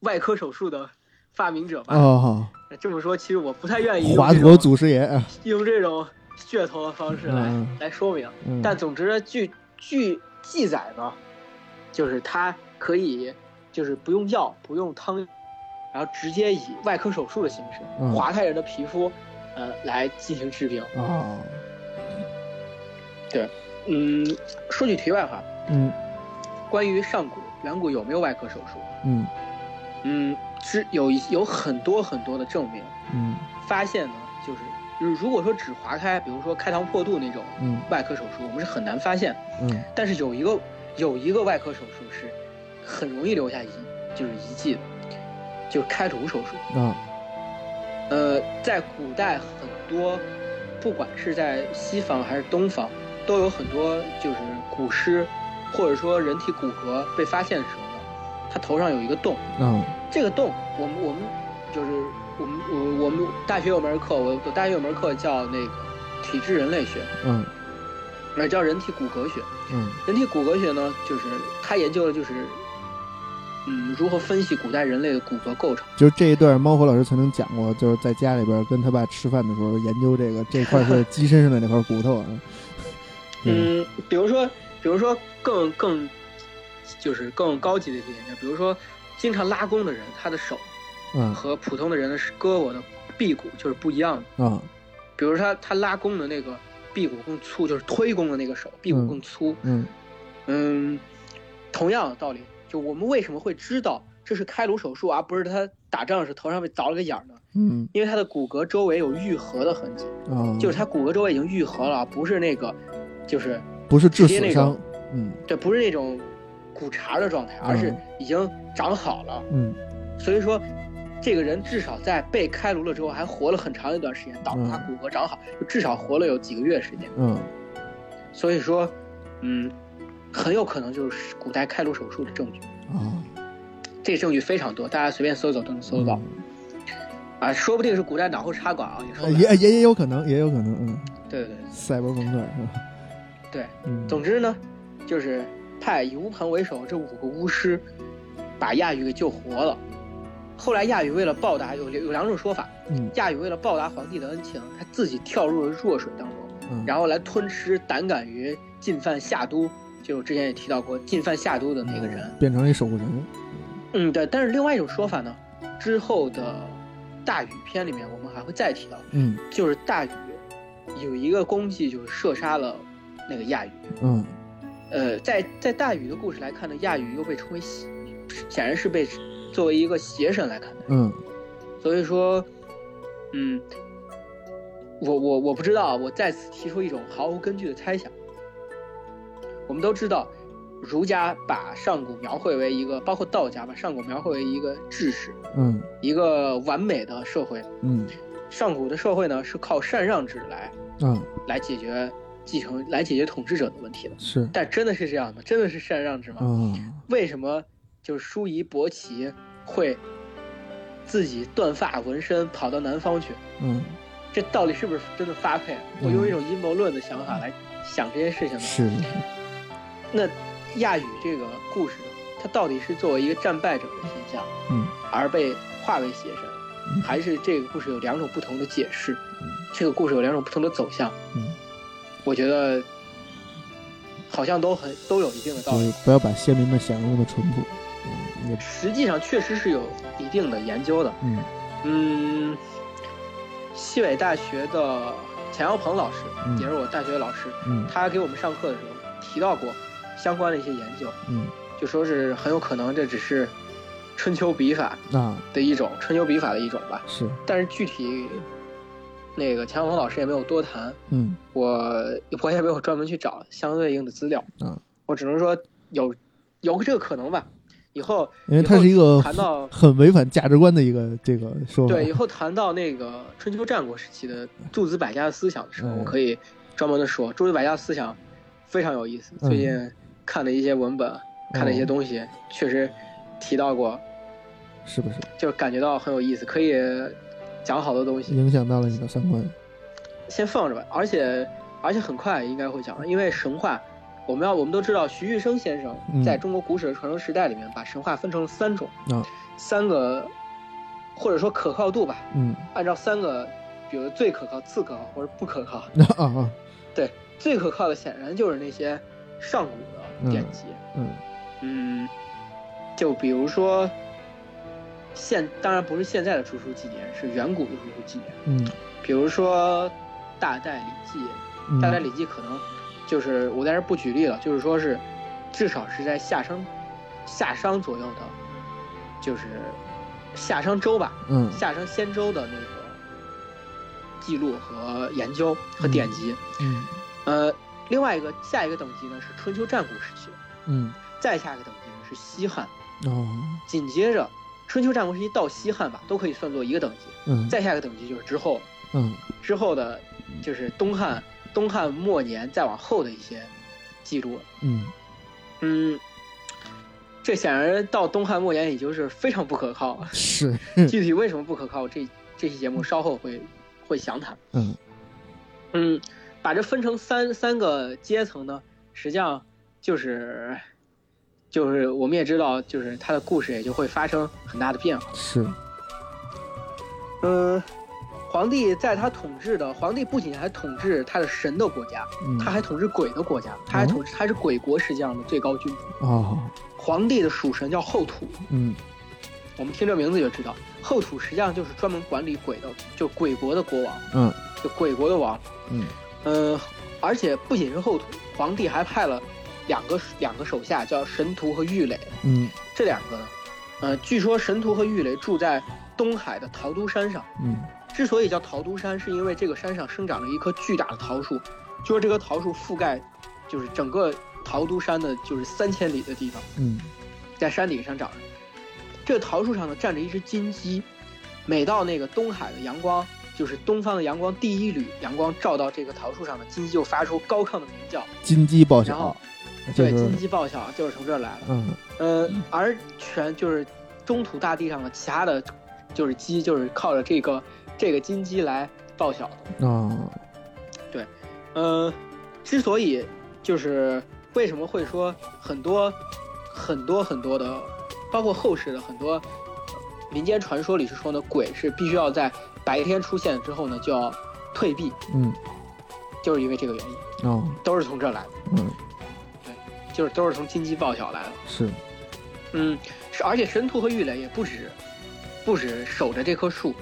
[SPEAKER 2] 外科手术的发明者吧。
[SPEAKER 1] 哦，
[SPEAKER 2] 这么说，其实我不太愿意用
[SPEAKER 1] 华
[SPEAKER 2] 这
[SPEAKER 1] 佗
[SPEAKER 2] 种
[SPEAKER 1] 祖师爷，
[SPEAKER 2] 用这种噱头的方式来、
[SPEAKER 1] 嗯
[SPEAKER 2] 来说明。
[SPEAKER 1] 嗯
[SPEAKER 2] 但总之，据据记载呢，就是他可以就是不用药，不用汤，然后直接以外科手术的形式
[SPEAKER 1] 嗯
[SPEAKER 2] 划开人的皮肤，呃，来进行治病。
[SPEAKER 1] 哦，
[SPEAKER 2] 嗯，说句题外话，
[SPEAKER 1] 嗯
[SPEAKER 2] 关于上古远古有没有外科手术，
[SPEAKER 1] 嗯
[SPEAKER 2] 嗯，是有一有很多很多的证明，
[SPEAKER 1] 嗯
[SPEAKER 2] 发现呢，就是如如果说只划开，比如说开膛破肚那种
[SPEAKER 1] 嗯
[SPEAKER 2] 外科手术，我们是很难发现。
[SPEAKER 1] 嗯
[SPEAKER 2] 但是有一个有一个外科手术是很容易留下遗就是遗迹的，就是开颅手术。
[SPEAKER 1] 啊
[SPEAKER 2] 呃，在古代很多，不管是在西方还是东方，都有很多就是古尸或者说人体骨骼被发现的时候呢，它头上有一个洞，
[SPEAKER 1] 啊
[SPEAKER 2] 这个洞我们我们就是我们我我们大学有门课，我我大学有门课叫那个体质人类学，
[SPEAKER 1] 嗯
[SPEAKER 2] 呃叫人体骨骼学。
[SPEAKER 1] 嗯
[SPEAKER 2] 人体骨骼学呢，就是他研究的就是，嗯，如何分析古代人类的骨骼构成。
[SPEAKER 1] 就是这一段，猫火老师曾经讲过，就是在家里边跟他爸吃饭的时候研究这个，这块是鸡身上的那块骨头啊。嗯
[SPEAKER 2] 嗯，比如说，比如说更更，就是更高级的一些研究，比如说经常拉弓的人，他的手
[SPEAKER 1] 嗯
[SPEAKER 2] 和普通的人的胳膊的臂骨就是不一样的。
[SPEAKER 1] 啊
[SPEAKER 2] 比如说他他拉弓的那个臂骨更粗，就是推弓的那个手臂骨更粗。
[SPEAKER 1] 嗯
[SPEAKER 2] 嗯，同样的道理，就我们为什么会知道这是开颅手术而不是他打仗时头上被凿了个眼儿呢？
[SPEAKER 1] 嗯
[SPEAKER 2] 因为他的骨骼周围有愈合的痕迹，
[SPEAKER 1] 啊，
[SPEAKER 2] 就是他骨骼周围已经愈合了，不是那个，就是
[SPEAKER 1] 不是致
[SPEAKER 2] 直接
[SPEAKER 1] 死
[SPEAKER 2] 那
[SPEAKER 1] 伤
[SPEAKER 2] 种，
[SPEAKER 1] 嗯
[SPEAKER 2] 这不是那种骨茬的状态，而是已经长好了。
[SPEAKER 1] 嗯
[SPEAKER 2] 所以说，这个人至少在被开颅了之后还活了很长一段时间，导致他骨骼长好，就至少活了有几个月时间。
[SPEAKER 1] 嗯
[SPEAKER 2] 所以说，嗯，很有可能就是古代开颅手术的证据，
[SPEAKER 1] 啊，
[SPEAKER 2] 这个证据非常多，大家随便搜走都能搜
[SPEAKER 1] 嗯
[SPEAKER 2] 得到、啊，说不定是古代脑后插管啊，也说
[SPEAKER 1] 嗯，
[SPEAKER 2] 不定。
[SPEAKER 1] 也也也有可能，也有可能，嗯，
[SPEAKER 2] 对对对。
[SPEAKER 1] 赛博朋克是吧？
[SPEAKER 2] 对，
[SPEAKER 1] 嗯，
[SPEAKER 2] 总之呢，就是派以乌盆为首这五个巫师，把亚羽给救活了。后来亚羽为了报答，有有两种说法，
[SPEAKER 1] 嗯
[SPEAKER 2] 亚羽为了报答皇帝的恩情，他自己跳入了弱水当中，
[SPEAKER 1] 嗯，
[SPEAKER 2] 然后来吞吃胆敢于进犯夏都，就之前也提到过进犯夏都的那个人。
[SPEAKER 1] 变成了一守护神，
[SPEAKER 2] 嗯，对。但是另外一种说法呢，之后的大禹篇里面我们还会再提到，
[SPEAKER 1] 嗯
[SPEAKER 2] 就是大禹有一个功绩就是射杀了那个亚羽。
[SPEAKER 1] 嗯
[SPEAKER 2] 呃，在在大禹的故事来看呢，亚禹又被称为邪，显然是被作为一个邪神来看的。
[SPEAKER 1] 嗯
[SPEAKER 2] 所以说，嗯，我我我不知道，啊我再次提出一种毫无根据的猜想。我们都知道，儒家把上古描绘为一个，包括道家把上古描绘为一个志士，
[SPEAKER 1] 嗯
[SPEAKER 2] 一个完美的社会。
[SPEAKER 1] 嗯
[SPEAKER 2] 上古的社会呢，是靠禅让制来
[SPEAKER 1] 啊，
[SPEAKER 2] 来解决继承、来解决统治者的问题的。
[SPEAKER 1] 是
[SPEAKER 2] 但真的是这样吗？真的是禅让制吗？
[SPEAKER 1] 啊，
[SPEAKER 2] 为什么就是舒仪伯奇会自己断发纹身跑到南方去？
[SPEAKER 1] 嗯
[SPEAKER 2] 这道理是不是真的发配？啊我用一种阴谋论的想法来想这些事情呢。
[SPEAKER 1] 是是
[SPEAKER 2] 那亚羽这个故事呢，他到底是作为一个战败者的形象，
[SPEAKER 1] 嗯，
[SPEAKER 2] 而被化为邪神，还是这个故事有两种不同的解释？这个故事有两种不同的走向，
[SPEAKER 1] 嗯，
[SPEAKER 2] 我觉得好像都很都有一定的道
[SPEAKER 1] 就
[SPEAKER 2] 理。
[SPEAKER 1] 是不要把先民们想的那么淳朴，嗯也
[SPEAKER 2] 实际上确实是有一定的研究的。
[SPEAKER 1] 嗯
[SPEAKER 2] 嗯，西北大学的钱耀鹏老师，
[SPEAKER 1] 嗯
[SPEAKER 2] 也是我大学的老师，
[SPEAKER 1] 嗯
[SPEAKER 2] 他给我们上课的时候提到过相关的一些研究，
[SPEAKER 1] 嗯
[SPEAKER 2] 就说是很有可能这只是春秋笔法
[SPEAKER 1] 啊
[SPEAKER 2] 的一种，春秋笔法的一种吧。
[SPEAKER 1] 是
[SPEAKER 2] 但是具体那个钱耀鹏老师也没有多谈，
[SPEAKER 1] 嗯
[SPEAKER 2] 我我也没有专门去找相对应的资料，
[SPEAKER 1] 啊，
[SPEAKER 2] 我只能说有有这个可能吧。以后
[SPEAKER 1] 因为
[SPEAKER 2] 以
[SPEAKER 1] 它
[SPEAKER 2] 后
[SPEAKER 1] 是一个
[SPEAKER 2] 谈到
[SPEAKER 1] 很违反价值观的一个这个说法，
[SPEAKER 2] 对，以后谈到那个春秋战国时期的诸子百家的思想的时候，
[SPEAKER 1] 嗯
[SPEAKER 2] 我可以专门的说，诸子百家思想非常有意思。
[SPEAKER 1] 嗯哦
[SPEAKER 2] 最近看的一些文本，看的一些东西，确实提到过，
[SPEAKER 1] 是不是
[SPEAKER 2] 就感觉到很有意思，可以讲好多东西。
[SPEAKER 1] 影响到了你的三观？
[SPEAKER 2] 先放着吧，而且而且很快应该会讲，因为神话。我们要，我们都知道，徐玉生先生
[SPEAKER 1] 嗯
[SPEAKER 2] 在中国古史的传承时代里面，把神话分成了三种，
[SPEAKER 1] 啊
[SPEAKER 2] 三个或者说可靠度吧，
[SPEAKER 1] 嗯
[SPEAKER 2] 按照三个，比如最可靠、次可靠或者不可靠。
[SPEAKER 1] 啊啊
[SPEAKER 2] 对，最可靠的显然就是那些上古的典籍，
[SPEAKER 1] 嗯
[SPEAKER 2] 嗯就比如说现，当然不是现在的竹书纪年，是远古的竹书纪年，
[SPEAKER 1] 嗯
[SPEAKER 2] 比如说《大代礼记》，
[SPEAKER 1] 嗯
[SPEAKER 2] 《大代礼记》可能就是我在这儿不举例了，就是说是至少是在夏商夏商左右的，就是夏商周吧，
[SPEAKER 1] 嗯
[SPEAKER 2] 夏商先周的那个记录和研究和典籍。
[SPEAKER 1] 嗯
[SPEAKER 2] 呃，另外一个下一个等级呢是春秋战国时期，
[SPEAKER 1] 嗯
[SPEAKER 2] 再下一个等级呢是西汉，
[SPEAKER 1] 哦
[SPEAKER 2] 紧接着春秋战国时期到西汉吧，都可以算作一个等级。
[SPEAKER 1] 嗯
[SPEAKER 2] 再下一个等级就是之后，
[SPEAKER 1] 嗯
[SPEAKER 2] 之后的就是东汉，东汉末年再往后的一些记录。
[SPEAKER 1] 嗯
[SPEAKER 2] 嗯，这显然到东汉末年已经是非常不可靠了。
[SPEAKER 1] 是
[SPEAKER 2] [LAUGHS] 具体为什么不可靠，这这期节目稍后会会详谈。
[SPEAKER 1] 嗯
[SPEAKER 2] 嗯，把这分成三三个阶层呢，实际上就是就是我们也知道，就是它的故事也就会发生很大的变化。
[SPEAKER 1] 是
[SPEAKER 2] 嗯，皇帝在他统治的皇帝不仅还统治他的神的国家，
[SPEAKER 1] 嗯
[SPEAKER 2] 他还统治鬼的国家，他还统治他是鬼国实际上的最高君主。
[SPEAKER 1] 哦
[SPEAKER 2] 皇帝的属神叫后土，
[SPEAKER 1] 嗯
[SPEAKER 2] 我们听这名字就知道，后土实际上就是专门管理鬼的，就鬼国的国王，
[SPEAKER 1] 嗯
[SPEAKER 2] 就鬼国的王。
[SPEAKER 1] 嗯
[SPEAKER 2] 嗯，而且不仅是后土，皇帝还派了两个两个手下，叫神徒和郁垒。
[SPEAKER 1] 嗯
[SPEAKER 2] 这两个呢，呃，据说神荼和郁垒住在东海的桃都山上。
[SPEAKER 1] 嗯
[SPEAKER 2] 之所以叫桃都山，是因为这个山上生长着一棵巨大的桃树，就是这棵桃树覆盖，就是整个桃都山的，就是三千里的地方，
[SPEAKER 1] 嗯
[SPEAKER 2] 在山顶上长着。这个桃树上呢站着一只金鸡，每到那个东海的阳光，就是东方的阳光第一缕阳光照到这个桃树上呢，金鸡就发出高亢的鸣叫，
[SPEAKER 1] 金鸡报
[SPEAKER 2] 然
[SPEAKER 1] 晓
[SPEAKER 2] 后，
[SPEAKER 1] 就
[SPEAKER 2] 对，
[SPEAKER 1] 是
[SPEAKER 2] 金鸡报晓就是从这儿来的。
[SPEAKER 1] 嗯
[SPEAKER 2] 呃，而全就是中土大地上的其他的，就是鸡，就是靠着这个这个金鸡来报晓的。
[SPEAKER 1] 啊
[SPEAKER 2] 呃，之所以就是为什么会说很多很多很多的，包括后世的很多民间传说里是说呢，鬼是必须要在白天出现之后呢就要退避，
[SPEAKER 1] 嗯
[SPEAKER 2] 就是因为这个原因，
[SPEAKER 1] 哦
[SPEAKER 2] 都是从这儿来的，
[SPEAKER 1] 嗯
[SPEAKER 2] 就是都是从金鸡报晓来的。
[SPEAKER 1] 是
[SPEAKER 2] 嗯，是，而且神兔和郁垒也不止，不止守着这棵树，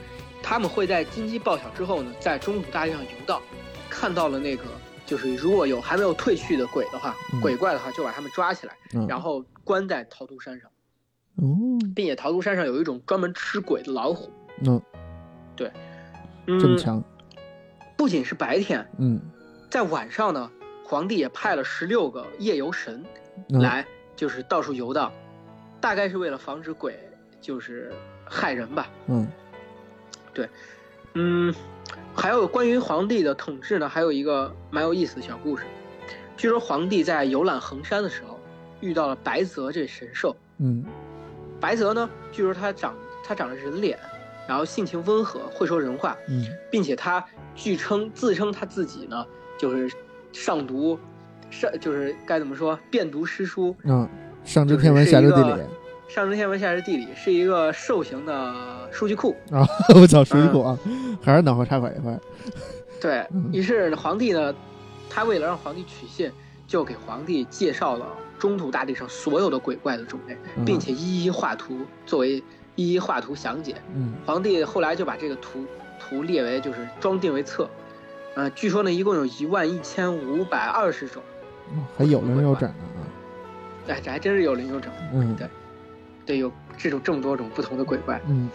[SPEAKER 2] 他们会在金鸡报晓之后呢，在中土大地上游荡，看到了那个就是如果有还没有退去的鬼的话，
[SPEAKER 1] 嗯
[SPEAKER 2] 鬼怪的话，就把他们抓起来，
[SPEAKER 1] 嗯
[SPEAKER 2] 然后关在桃都山上，
[SPEAKER 1] 哦
[SPEAKER 2] 并且桃都山上有一种专门吃鬼的老虎，
[SPEAKER 1] 那这么
[SPEAKER 2] 嗯，
[SPEAKER 1] 强
[SPEAKER 2] 不仅是白天，
[SPEAKER 1] 嗯
[SPEAKER 2] 在晚上呢，皇帝也派了十六个夜游神
[SPEAKER 1] 嗯
[SPEAKER 2] 来，就是到处游荡，大概是为了防止鬼就是害人吧。
[SPEAKER 1] 嗯
[SPEAKER 2] 嗯，还有关于皇帝的统治呢，还有一个蛮有意思的小故事。据说皇帝在游览衡山的时候，遇到了白泽这神兽。
[SPEAKER 1] 嗯
[SPEAKER 2] 白泽呢，据说他长他长着人脸，然后性情温和，会说人话，
[SPEAKER 1] 嗯
[SPEAKER 2] 并且他据称自称他自己呢，就是上读上就是该怎么说，遍读诗书，
[SPEAKER 1] 啊上知天文下知地理
[SPEAKER 2] 上知天文下知地理，是一个兽形的数据库。
[SPEAKER 1] 啊 [LAUGHS] 我操
[SPEAKER 2] 嗯
[SPEAKER 1] 水果啊还是脑后插管一块儿
[SPEAKER 2] 对
[SPEAKER 1] 嗯
[SPEAKER 2] 于是皇帝呢，他为了让皇帝取信，就给皇帝介绍了中土大地上所有的鬼怪的种类，
[SPEAKER 1] 嗯
[SPEAKER 2] 并且一一画图作为一一画图详解。
[SPEAKER 1] 嗯
[SPEAKER 2] 皇帝后来就把这个图图列为就是装订为册，呃，据说呢一共有一万一千五百二十种，
[SPEAKER 1] 哦还有人有展呢啊
[SPEAKER 2] 哎，这还真是有零有整，
[SPEAKER 1] 嗯
[SPEAKER 2] 对对，有这种这么多种不同的鬼怪。
[SPEAKER 1] 嗯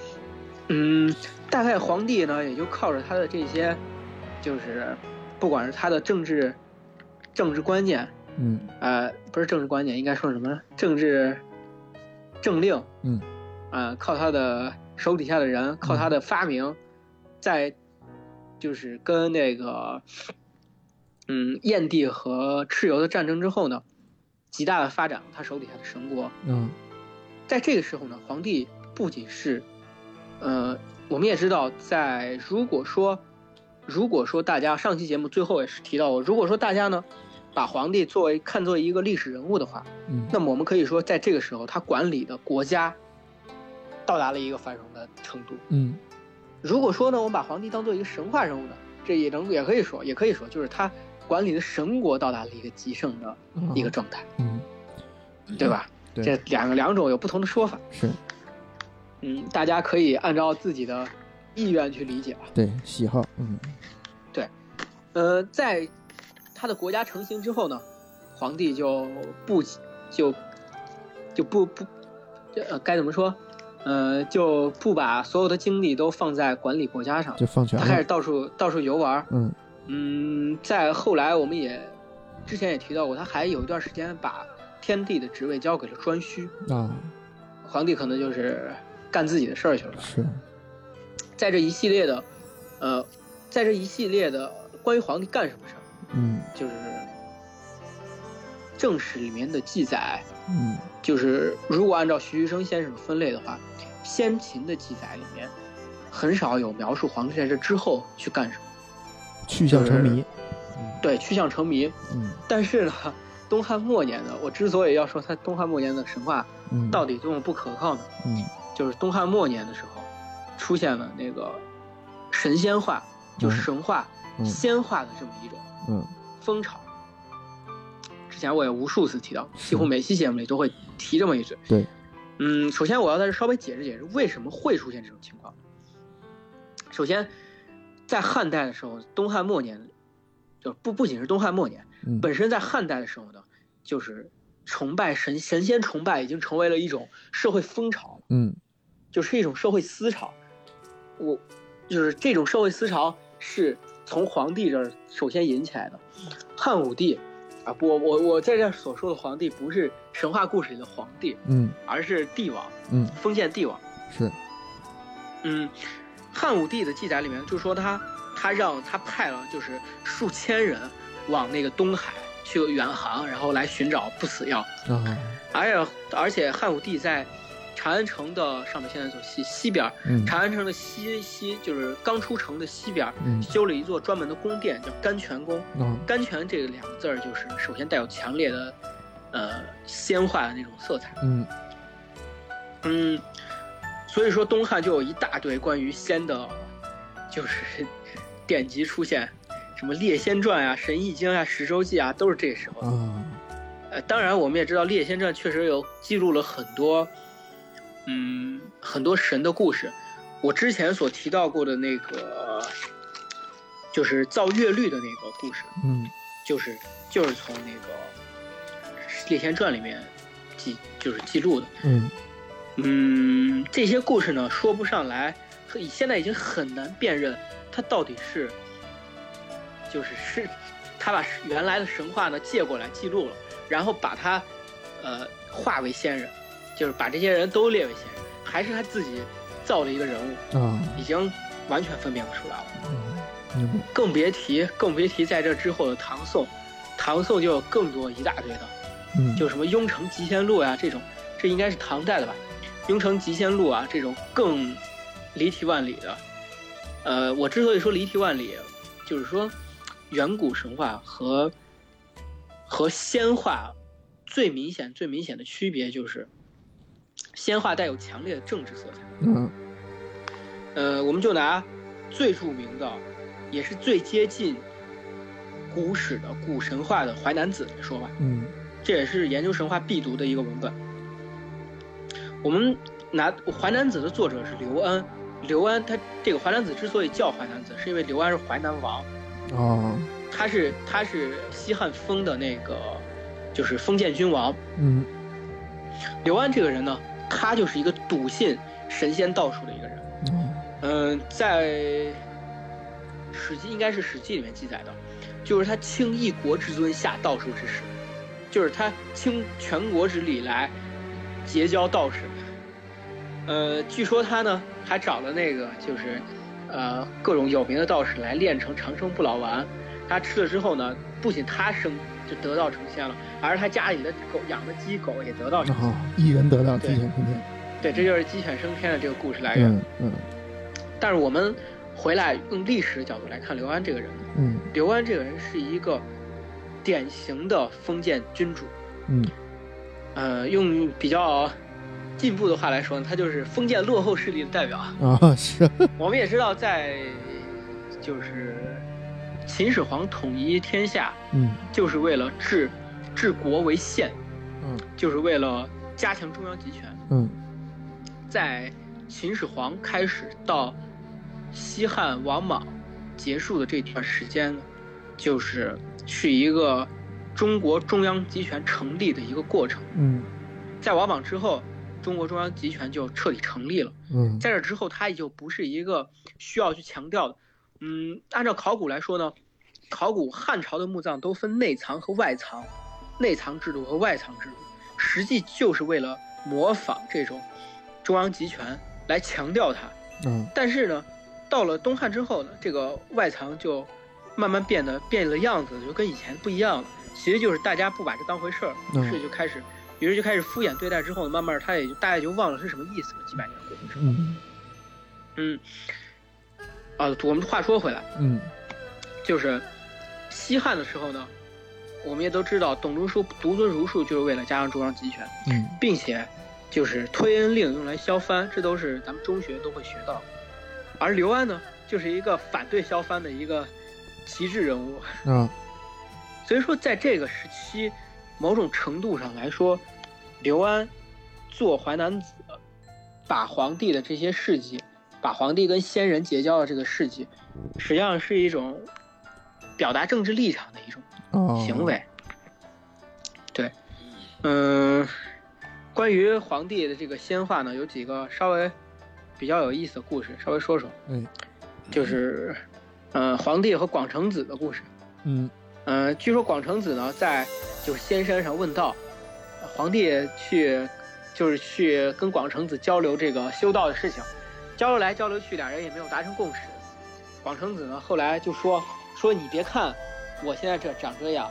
[SPEAKER 2] 嗯，大概皇帝呢，也就靠着他的这些，就是不管是他的政治政治观念，
[SPEAKER 1] 嗯
[SPEAKER 2] 呃，不是政治观念，应该说什么呢？政治政令，
[SPEAKER 1] 嗯，
[SPEAKER 2] 呃，靠他的手底下的人，靠他的发明，在就是跟那个嗯燕地和蚩尤的战争之后呢，极大的发展了他手底下的神国，
[SPEAKER 1] 嗯
[SPEAKER 2] 在这个时候呢，皇帝不仅是，呃，我们也知道，在如果说，如果说大家上期节目最后也是提到过，如果说大家呢，把皇帝作为看作一个历史人物的话，
[SPEAKER 1] 嗯
[SPEAKER 2] 那么我们可以说，在这个时候他管理的国家，到达了一个繁荣的程度。
[SPEAKER 1] 嗯
[SPEAKER 2] 如果说呢，我们把皇帝当做一个神话人物呢，这也能也可以说，也可以说就是他管理的神国到达了一个极盛的
[SPEAKER 1] 啊
[SPEAKER 2] 一个状态，
[SPEAKER 1] 嗯
[SPEAKER 2] 对吧？
[SPEAKER 1] 对
[SPEAKER 2] 这两个两种有不同的说法。
[SPEAKER 1] 是
[SPEAKER 2] 嗯，大家可以按照自己的意愿去理解啊吧。
[SPEAKER 1] 对喜好嗯
[SPEAKER 2] 呃，在他的国家成型之后呢，皇帝就不就就不不这呃该怎么说？呃，就不把所有的精力都放在管理国家上，
[SPEAKER 1] 就放权
[SPEAKER 2] 他开始
[SPEAKER 1] 了
[SPEAKER 2] 到处到处游玩。
[SPEAKER 1] 嗯
[SPEAKER 2] 嗯，在后来我们也之前也提到过，他还有一段时间把天帝的职位交给了颛顼，
[SPEAKER 1] 啊
[SPEAKER 2] 皇帝可能就是干自己的事儿去了。
[SPEAKER 1] 是
[SPEAKER 2] 在这一系列的，呃，在这一系列的关于皇帝干什么事儿，
[SPEAKER 1] 嗯
[SPEAKER 2] 就是正史里面的记载，
[SPEAKER 1] 嗯
[SPEAKER 2] 就是如果按照徐徐生先生的分类的话，先秦的记载里面很少有描述皇帝在这之后去干什么，
[SPEAKER 1] 去向成迷
[SPEAKER 2] 对，趋向成迷。
[SPEAKER 1] 嗯
[SPEAKER 2] 但是呢，东汉末年的，我之所以要说他东汉末年的神话
[SPEAKER 1] 嗯
[SPEAKER 2] 到底多么不可靠呢，
[SPEAKER 1] 嗯
[SPEAKER 2] 就是东汉末年的时候，出现了那个神仙化，就是神话、
[SPEAKER 1] 嗯
[SPEAKER 2] 仙化的这么一种
[SPEAKER 1] 嗯
[SPEAKER 2] 风潮。之前我也无数次提到，
[SPEAKER 1] 是
[SPEAKER 2] 几乎每期节目里都会提这么一嘴。
[SPEAKER 1] 对，
[SPEAKER 2] 嗯，首先我要在这稍微解释解释为什么会出现这种情况。首先，在汉代的时候，东汉末年，就不不仅是东汉末年，
[SPEAKER 1] 嗯
[SPEAKER 2] 本身在汉代的时候呢，就是崇拜神神仙崇拜已经成为了一种社会风潮，
[SPEAKER 1] 嗯
[SPEAKER 2] 就是一种社会思潮。我就是这种社会思潮是从皇帝这儿首先引起来的。汉武帝啊，不，我我我在这儿所说的皇帝不是神话故事里的皇帝，
[SPEAKER 1] 嗯
[SPEAKER 2] 而是帝王，
[SPEAKER 1] 嗯
[SPEAKER 2] 封建帝王。
[SPEAKER 1] 是，
[SPEAKER 2] 嗯，汉武帝的记载里面就说他他让他派了就是数千人往那个东海去远航，然后来寻找不死药。
[SPEAKER 1] 啊
[SPEAKER 2] 而且而且汉武帝在长安城的上面现在走西西边儿，
[SPEAKER 1] 嗯
[SPEAKER 2] 长安城的西西就是刚出城的西边儿，
[SPEAKER 1] 嗯
[SPEAKER 2] 修了一座专门的宫殿，叫甘泉宫。
[SPEAKER 1] 啊
[SPEAKER 2] 甘泉这两个字儿就是首先带有强烈的，呃，仙化的那种色彩。
[SPEAKER 1] 嗯
[SPEAKER 2] 嗯，所以说东汉就有一大堆关于仙的，就是 [LAUGHS] 典籍出现，什么《列仙传》啊、《神异经》啊、《石周记》啊，都是这时候。
[SPEAKER 1] 啊
[SPEAKER 2] 呃，当然我们也知道《列仙传》确实有记录了很多，嗯，很多神的故事。我之前所提到过的那个，就是造乐律的那个故事，
[SPEAKER 1] 嗯
[SPEAKER 2] 就是就是从那个《列仙传》里面记就是记录的。
[SPEAKER 1] 嗯
[SPEAKER 2] 嗯，这些故事呢，说不上来，可以现在已经很难辨认它到底是，就是是，他把原来的神话呢借过来记录了，然后把它，呃，化为仙人，就是把这些人都列为仙人，还是他自己造了一个人物，
[SPEAKER 1] 啊，
[SPEAKER 2] 已经完全分辨不出来了。
[SPEAKER 1] 明白
[SPEAKER 2] 更别提，更别提在这之后的唐宋，唐宋就有更多一大堆的
[SPEAKER 1] 嗯
[SPEAKER 2] 就什么《雍城集仙录》呀啊这种，这应该是唐代的吧，《雍城集仙录啊》这种更离题万里的。呃，我之所以说离题万里，就是说远古神话和和仙话最明显、最明显的区别就是，仙话带有强烈的政治色彩。
[SPEAKER 1] 嗯
[SPEAKER 2] 呃，我们就拿最著名的，也是最接近古史的古神话的《淮南子》来说吧。
[SPEAKER 1] 嗯
[SPEAKER 2] 这也是研究神话必读的一个文本。我们拿《淮南子》的作者是刘安，刘安他这个《淮南子》之所以叫《淮南子》，是因为刘安是淮南王，
[SPEAKER 1] 啊
[SPEAKER 2] 他是他是西汉封的那个就是封建君王。
[SPEAKER 1] 嗯
[SPEAKER 2] 刘安这个人呢，他就是一个笃信神仙道术的一个人。
[SPEAKER 1] 啊
[SPEAKER 2] 嗯，在《史记》应该是《史记》里面记载的，就是他倾一国之尊下道术之师，就是他倾全国之力来结交道士。呃，据说他呢还找了那个就是呃各种有名的道士来练成长生不老丸，他吃了之后呢，不仅他生就得道成仙了，而他家里的狗养的鸡狗也得道成仙。
[SPEAKER 1] 啊，一人得道，鸡犬升天，
[SPEAKER 2] 对，这就是鸡犬升天的这个故事来源。
[SPEAKER 1] 嗯嗯
[SPEAKER 2] 但是我们回来用历史的角度来看刘安这个人，
[SPEAKER 1] 嗯
[SPEAKER 2] 刘安这个人是一个典型的封建君主，
[SPEAKER 1] 嗯
[SPEAKER 2] 呃，用比较进步的话来说呢，他就是封建落后势力的代表。 [LAUGHS]
[SPEAKER 1] 啊是，
[SPEAKER 2] 我们也知道，在就是秦始皇统一天下，
[SPEAKER 1] 嗯
[SPEAKER 2] 就是为了治治国为县，
[SPEAKER 1] 嗯
[SPEAKER 2] 就是为了加强中央集权。
[SPEAKER 1] 嗯
[SPEAKER 2] 在秦始皇开始到西汉王莽结束的这段时间呢，就是是一个中国中央集权成立的一个过程。
[SPEAKER 1] 嗯
[SPEAKER 2] 在王莽之后，中国中央集权就彻底成立了。
[SPEAKER 1] 嗯
[SPEAKER 2] 在这之后，它也就不是一个需要去强调的。嗯，按照考古来说呢，考古汉朝的墓葬都分内藏和外藏，内藏制度和外藏制度，实际就是为了模仿这种中央集权来强调它。
[SPEAKER 1] 啊
[SPEAKER 2] 但是呢，到了东汉之后呢，这个外藏就慢慢变得变了样子，就跟以前不一样了。其实就是大家不把这当回事儿，于是
[SPEAKER 1] 嗯
[SPEAKER 2] 就开始，于是就开始敷衍对待。之后呢，慢慢儿他也就大家就忘了是什么意思了。几百年过去之后。
[SPEAKER 1] 嗯
[SPEAKER 2] 嗯，啊，我们话说回来，
[SPEAKER 1] 嗯
[SPEAKER 2] 就是西汉的时候呢，我们也都知道，董仲舒独尊儒术就是为了加上中央集权，
[SPEAKER 1] 嗯
[SPEAKER 2] 并且就是推恩令用来削藩，这都是咱们中学都会学到的。而刘安呢，就是一个反对削藩的一个旗帜人物，
[SPEAKER 1] 啊
[SPEAKER 2] 所以说在这个时期，某种程度上来说，刘安做淮南子，把皇帝的这些事迹，把皇帝跟先人结交的这个事迹，实际上是一种表达政治立场的一种
[SPEAKER 1] 啊
[SPEAKER 2] 行为。对，嗯，关于皇帝的这个仙话呢，有几个稍微比较有意思的故事，稍微说说。
[SPEAKER 1] 哎，
[SPEAKER 2] 就是，呃，皇帝和广成子的故事。
[SPEAKER 1] 嗯
[SPEAKER 2] 嗯，据说广成子呢，在就是仙山上问道，皇帝去就是去跟广成子交流这个修道的事情，交流来交流去，俩人也没有达成共识。广成子呢，后来就说说你别看我现在这长这样，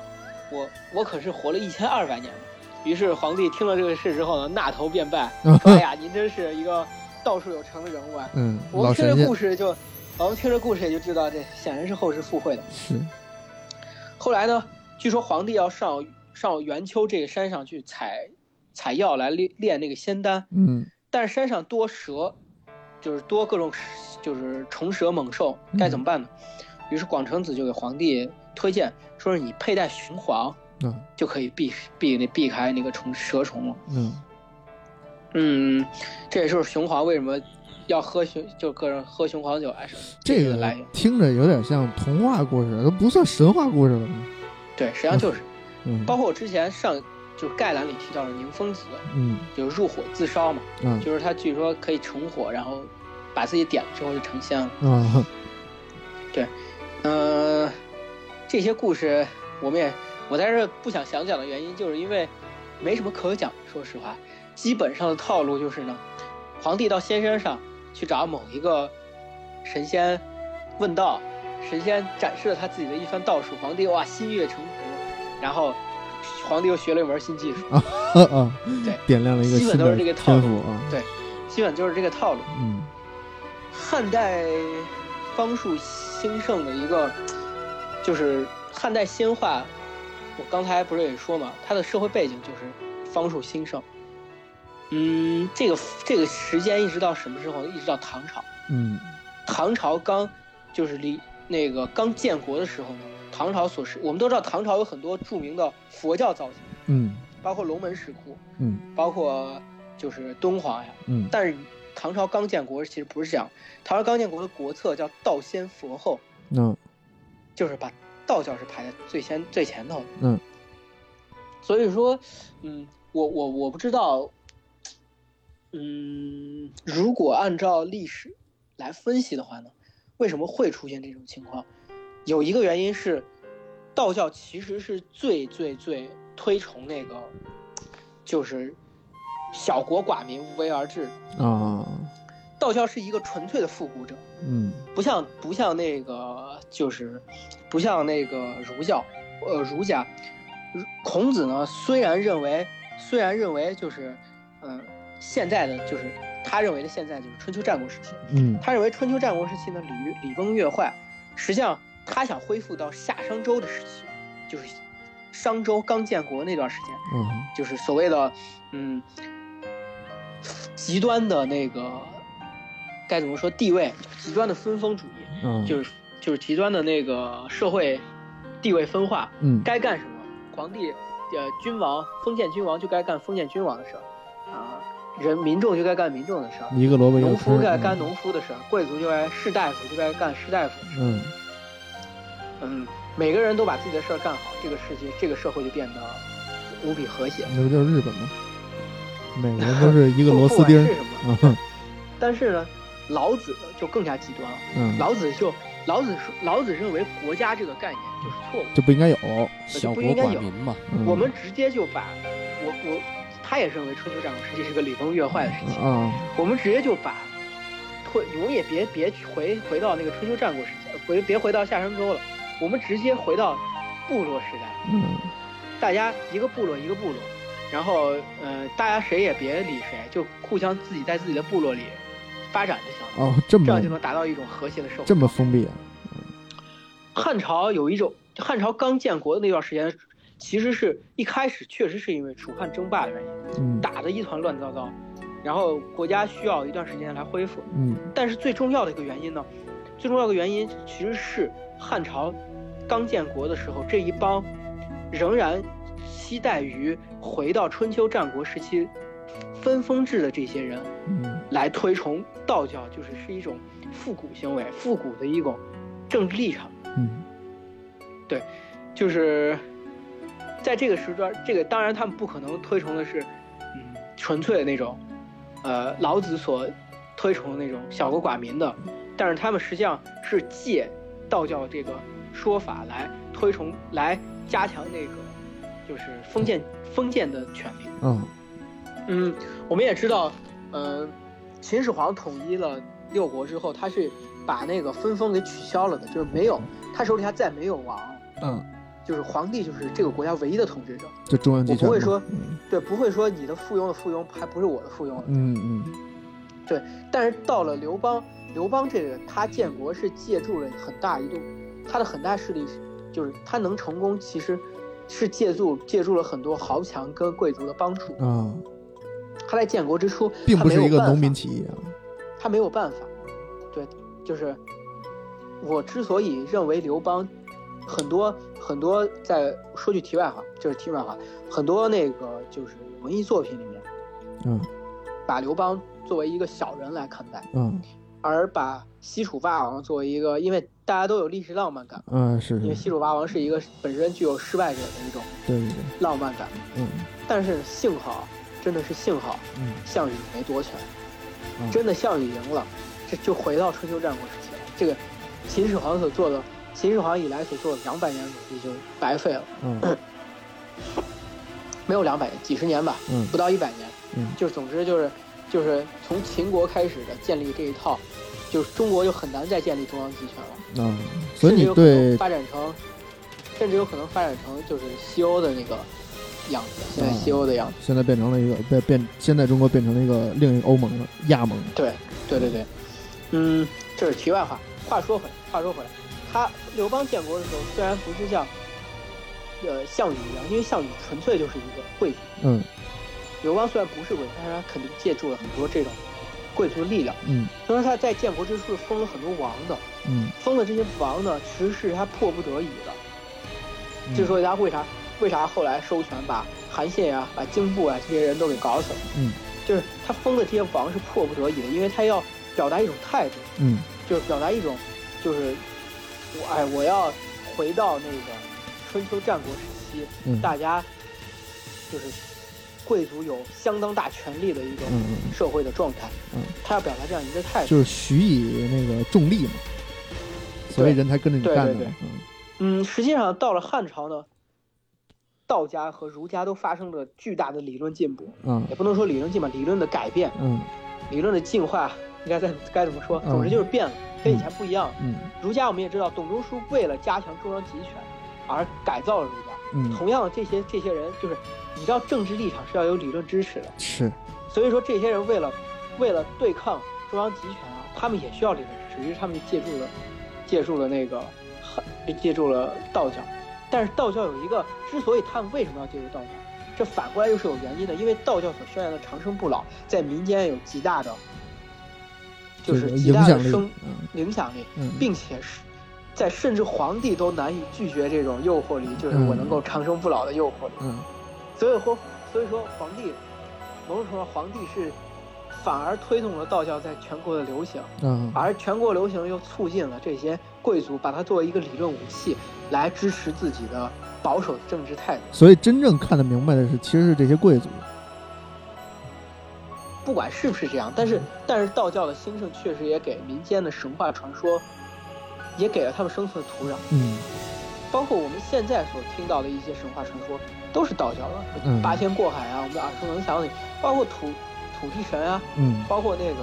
[SPEAKER 2] 我我可是活了一千二百年的。于是皇帝听了这个事之后呢，纳头
[SPEAKER 1] [LAUGHS]
[SPEAKER 2] 便拜，说哎呀，您真是一个道术有成的人物啊！
[SPEAKER 1] 嗯，
[SPEAKER 2] 我
[SPEAKER 1] 老
[SPEAKER 2] 们听
[SPEAKER 1] 神
[SPEAKER 2] 这
[SPEAKER 1] 仙
[SPEAKER 2] 故事就，我们听这故事也就知道，这显然是后世附会的。
[SPEAKER 1] 是，
[SPEAKER 2] 后来呢，据说皇帝要上上元丘这个山上去采采药来炼炼那个仙丹，
[SPEAKER 1] 嗯
[SPEAKER 2] 但是山上多蛇，就是多各种就是虫蛇猛兽，
[SPEAKER 1] 嗯
[SPEAKER 2] 该怎么办呢？于是广成子就给皇帝推荐，说是你佩戴雄黄
[SPEAKER 1] 啊
[SPEAKER 2] 就可以避避那避开那个虫蛇虫了。
[SPEAKER 1] 嗯
[SPEAKER 2] 嗯，这也就是雄黄为什么要喝雄，就个人喝雄黄酒哎，是
[SPEAKER 1] 这
[SPEAKER 2] 个
[SPEAKER 1] 个
[SPEAKER 2] 来源。
[SPEAKER 1] 听着有点像童话故事，都不算神话故事了。
[SPEAKER 2] 对，实际上就是，
[SPEAKER 1] 嗯，
[SPEAKER 2] 包括我之前上就是概览里提到的宁风子，
[SPEAKER 1] 嗯
[SPEAKER 2] 就是入火自烧嘛，
[SPEAKER 1] 啊
[SPEAKER 2] 就是他据说可以成火，然后把自己点了之后就成仙了。
[SPEAKER 1] 啊，
[SPEAKER 2] 嗯，这些故事我们也，我在这不想详讲的原因，就是因为没什么可讲。说实话，基本上的套路就是呢，皇帝到仙山上去找某一个神仙问道，神仙展示了他自己的一番道术，皇帝哇心悦诚服，然后皇帝又学了一门新技术，
[SPEAKER 1] 啊啊，点亮了一个
[SPEAKER 2] 基
[SPEAKER 1] 新
[SPEAKER 2] 本都
[SPEAKER 1] 的
[SPEAKER 2] 是这个
[SPEAKER 1] 天
[SPEAKER 2] 套路
[SPEAKER 1] 赋啊。
[SPEAKER 2] 基本就是这个套路。
[SPEAKER 1] 嗯
[SPEAKER 2] 汉代方术兴盛的一个，就是汉代仙话。我刚才不是也说嘛，它的社会背景就是方术兴盛。嗯，这个这个时间一直到什么时候呢？一直到唐朝。
[SPEAKER 1] 嗯
[SPEAKER 2] 唐朝刚就是离那个刚建国的时候呢，唐朝所是我们都知道，唐朝有很多著名的佛教造型，
[SPEAKER 1] 嗯
[SPEAKER 2] 包括龙门石窟，
[SPEAKER 1] 嗯，
[SPEAKER 2] 包括就是敦煌呀，
[SPEAKER 1] 嗯
[SPEAKER 2] 但是唐朝刚建国其实不是这样，唐朝刚建国的国策叫道先佛后，
[SPEAKER 1] 那
[SPEAKER 2] 就是把道教是排在最先最前头的。
[SPEAKER 1] 嗯，
[SPEAKER 2] 所以说，嗯，我我我不知道，嗯，如果按照历史来分析的话呢，为什么会出现这种情况？有一个原因是，道教其实是最最最推崇那个，就是小国寡民、无为而治的。
[SPEAKER 1] 啊
[SPEAKER 2] 道教是一个纯粹的复古者，
[SPEAKER 1] 嗯
[SPEAKER 2] 不像不像那个就是，不像那个儒教，呃，儒家，儒孔子呢虽然认为虽然认为就是，嗯、现在的就是他认为的现在就是春秋战国时期，
[SPEAKER 1] 嗯
[SPEAKER 2] 他认为春秋战国时期呢礼礼崩乐坏，实际上他想恢复到夏商周的时期，就是商周刚建国那段时间，
[SPEAKER 1] 啊
[SPEAKER 2] 就是所谓的嗯极端的那个该怎么说地位，极端的分封主义，
[SPEAKER 1] 啊，
[SPEAKER 2] 就是就是极端的那个社会地位分化，
[SPEAKER 1] 嗯
[SPEAKER 2] 该干什么，皇帝呃君王封建君王就该干封建君王的事儿啊、人民众就该干民众的事儿。
[SPEAKER 1] 一个萝卜一
[SPEAKER 2] 农
[SPEAKER 1] 个嗯
[SPEAKER 2] 夫
[SPEAKER 1] 坑。
[SPEAKER 2] 该干农夫的事儿，贵族就该士大夫就该干士大夫的事儿。
[SPEAKER 1] 嗯
[SPEAKER 2] 嗯，每个人都把自己的事儿干好，这个世界这个社会就变得无比和谐。
[SPEAKER 1] 那不就是日本吗？每个
[SPEAKER 2] [LAUGHS]
[SPEAKER 1] 人都是一个螺丝钉
[SPEAKER 2] 不管是什么，
[SPEAKER 1] 啊，
[SPEAKER 2] [LAUGHS] 但是呢，老子就更加极端了。
[SPEAKER 1] 嗯，
[SPEAKER 2] 老子就老子说，老子认为国家这个概念就是错误的。
[SPEAKER 1] 嗯就不应该有，嗯
[SPEAKER 3] 小国寡民嘛，
[SPEAKER 2] 我们直接就把我我他也认为春秋战国时期是个礼崩乐坏的时期，
[SPEAKER 1] 啊，
[SPEAKER 2] 我们直接就把退，我们也别别回回到那个春秋战国时期，回别回到夏商周了，我们直接回到部落时代，
[SPEAKER 1] 嗯
[SPEAKER 2] 大家一个部落一个部落，然后呃，大家谁也别理谁，就互相自己在自己的部落里发展就行了。
[SPEAKER 1] 哦，这
[SPEAKER 2] 这
[SPEAKER 1] 么
[SPEAKER 2] 样就能达到一种和谐的社会。
[SPEAKER 1] 这么封闭啊，
[SPEAKER 2] 汉朝有一种，汉朝刚建国的那段时间，其实是一开始确实是因为楚汉争霸的原因，
[SPEAKER 1] 嗯
[SPEAKER 2] 打得一团乱糟糟，然后国家需要一段时间来恢复。
[SPEAKER 1] 嗯
[SPEAKER 2] 但是最重要的一个原因呢，最重要的原因其实是汉朝刚建国的时候，这一帮仍然期待于回到春秋战国时期分封制的这些人，
[SPEAKER 1] 嗯
[SPEAKER 2] 来推崇道教，就是是一种复古行为，复古的一种政治立场，
[SPEAKER 1] 嗯
[SPEAKER 2] 就是，在这个时段，这个当然他们不可能推崇的是，嗯，纯粹的那种，呃，老子所推崇的那种小国寡民的，但是他们实际上是借道教这个说法来推崇，来加强那个就是封建封建的权利。
[SPEAKER 1] 嗯
[SPEAKER 2] 嗯，我们也知道，嗯、秦始皇统一了六国之后，他是把那个分封给取消了的，就是没有他手底下再没有王，
[SPEAKER 1] 嗯，
[SPEAKER 2] 就是皇帝就是这个国家唯一的统治者。
[SPEAKER 1] 这中央集权
[SPEAKER 2] 我不会
[SPEAKER 1] 嘛
[SPEAKER 2] 说对，不会说你的附庸的附庸还不是我的附庸。
[SPEAKER 1] 嗯嗯
[SPEAKER 2] 但是到了刘邦，刘邦这个他建国是借助了很大一度，他的很大势力是就是他能成功，其实是借助借助了很多豪强跟贵族的帮助。
[SPEAKER 1] 嗯啊，
[SPEAKER 2] 他在建国之初，
[SPEAKER 1] 并不是一个
[SPEAKER 2] 他没有办法
[SPEAKER 1] 农民起义啊，
[SPEAKER 2] 他没有办法。对，就是我之所以认为刘邦很多很多在说句题外话，就是题外话，很多那个就是文艺作品里面
[SPEAKER 1] 嗯
[SPEAKER 2] 把刘邦作为一个小人来看待，
[SPEAKER 1] 嗯
[SPEAKER 2] 而把西楚霸王作为一个，因为大家都有历史浪漫感，
[SPEAKER 1] 啊，是
[SPEAKER 2] 因为
[SPEAKER 1] 是，
[SPEAKER 2] 西楚霸王是一个本身具有失败者的一种
[SPEAKER 1] 对对对，
[SPEAKER 2] 浪漫感，
[SPEAKER 1] 嗯
[SPEAKER 2] 但是幸好真的是幸好
[SPEAKER 1] 嗯
[SPEAKER 2] 项羽没夺权。
[SPEAKER 1] 嗯
[SPEAKER 2] 真的项羽赢了，这就回到春秋战国时期了。这个秦始皇所做的，秦始皇以来所做的两百年努力就白费了， [CLEARS THROAT]
[SPEAKER 1] 嗯
[SPEAKER 2] 没有两百年，几十年吧，
[SPEAKER 1] 嗯
[SPEAKER 2] 不到一百年。
[SPEAKER 1] 嗯
[SPEAKER 2] 就总之就是，就是从秦国开始的建立这一套，就是中国就很难再建立中央集权了，
[SPEAKER 1] 啊，所以
[SPEAKER 2] 甚至
[SPEAKER 1] 你
[SPEAKER 2] 有可能
[SPEAKER 1] 对
[SPEAKER 2] 发展成，甚至有可能发展成就是西欧的那个样子，现在西欧的样子。
[SPEAKER 1] 现在变成了一个变变，现在中国变成了一个另一个欧盟了，亚盟了，
[SPEAKER 2] 对，对对对，嗯，这是题外话。话说回来，话说回来，他刘邦建国的时候，虽然不是像，呃，项羽一样，因为项羽纯粹就是一个贵族。
[SPEAKER 1] 嗯
[SPEAKER 2] 刘邦虽然不是贵族，但是他肯定借助了很多这种贵族的力量。
[SPEAKER 1] 嗯
[SPEAKER 2] 所以说他在建国之初封了很多王的，
[SPEAKER 1] 嗯，
[SPEAKER 2] 封了这些王呢，其实是他迫不得已的。
[SPEAKER 1] 嗯
[SPEAKER 2] 这所以他为啥为啥后来收权把韩信啊、把荆布啊这些人都给搞死了？
[SPEAKER 1] 嗯，
[SPEAKER 2] 就是他封的这些王是迫不得已的，因为他要表达一种态度。
[SPEAKER 1] 嗯
[SPEAKER 2] 就是表达一种，就是我哎，我要回到那个春秋战国时期，
[SPEAKER 1] 嗯
[SPEAKER 2] 大家就是贵族有相当大权力的一种
[SPEAKER 1] 嗯嗯嗯，
[SPEAKER 2] 社会的状态。
[SPEAKER 1] 嗯，
[SPEAKER 2] 他要表达这样一个态度。
[SPEAKER 1] 就是许以那个重力嘛，所以人才跟着你
[SPEAKER 2] 对
[SPEAKER 1] 干
[SPEAKER 2] 对
[SPEAKER 1] 的
[SPEAKER 2] 对，嗯，实际上到了汉朝呢，道家和儒家都发生了巨大的理论进步，
[SPEAKER 1] 嗯
[SPEAKER 2] 也不能说理论进步，理论的改变，
[SPEAKER 1] 嗯
[SPEAKER 2] 理论的进化，应该该该怎么说？
[SPEAKER 1] 嗯
[SPEAKER 2] 总之就是变了，跟以前不一样。
[SPEAKER 1] 嗯
[SPEAKER 2] 儒家我们也知道，董仲舒为了加强中央集权而改造了儒家。
[SPEAKER 1] 嗯嗯，
[SPEAKER 2] 同样，这些这些人就是，你知道政治立场是要有理论支持的，
[SPEAKER 1] 是，
[SPEAKER 2] 所以说这些人为了为了对抗中央集权啊，他们也需要理论支持，于是他们就借助了借助了那个汉借助了道教。但是道教有一个，之所以他们为什么要借助道教，这反过来又是有原因的，因为道教所宣扬的长生不老，在民间有极大的就
[SPEAKER 1] 这
[SPEAKER 2] 是
[SPEAKER 1] 个
[SPEAKER 2] 极
[SPEAKER 1] 影
[SPEAKER 2] 大
[SPEAKER 1] 响
[SPEAKER 2] 的
[SPEAKER 1] 力，
[SPEAKER 2] 生
[SPEAKER 1] 嗯
[SPEAKER 2] 影响力。
[SPEAKER 1] 嗯，
[SPEAKER 2] 并且是在甚至皇帝都难以拒绝这种诱惑力，就是我能够长生不老的诱惑力。
[SPEAKER 1] 嗯
[SPEAKER 2] 所以说，所以说皇帝某种程度上，皇帝是反而推动了道教在全国的流行，
[SPEAKER 1] 嗯
[SPEAKER 2] 而全国流行又促进了这些贵族把它作为一个理论武器来支持自己的保守的政治态度。
[SPEAKER 1] 所以真正看得明白的是，其实是这些贵族。
[SPEAKER 2] 不管是不是这样，但是但是道教的兴盛确实也给民间的神话传说，也给了他们生存的土壤。
[SPEAKER 1] 嗯
[SPEAKER 2] 包括我们现在所听到的一些神话传说，都是道教的，
[SPEAKER 1] 嗯
[SPEAKER 2] 八仙过海啊，我们耳熟能详的，包括土土地神啊，
[SPEAKER 1] 嗯
[SPEAKER 2] 包括那个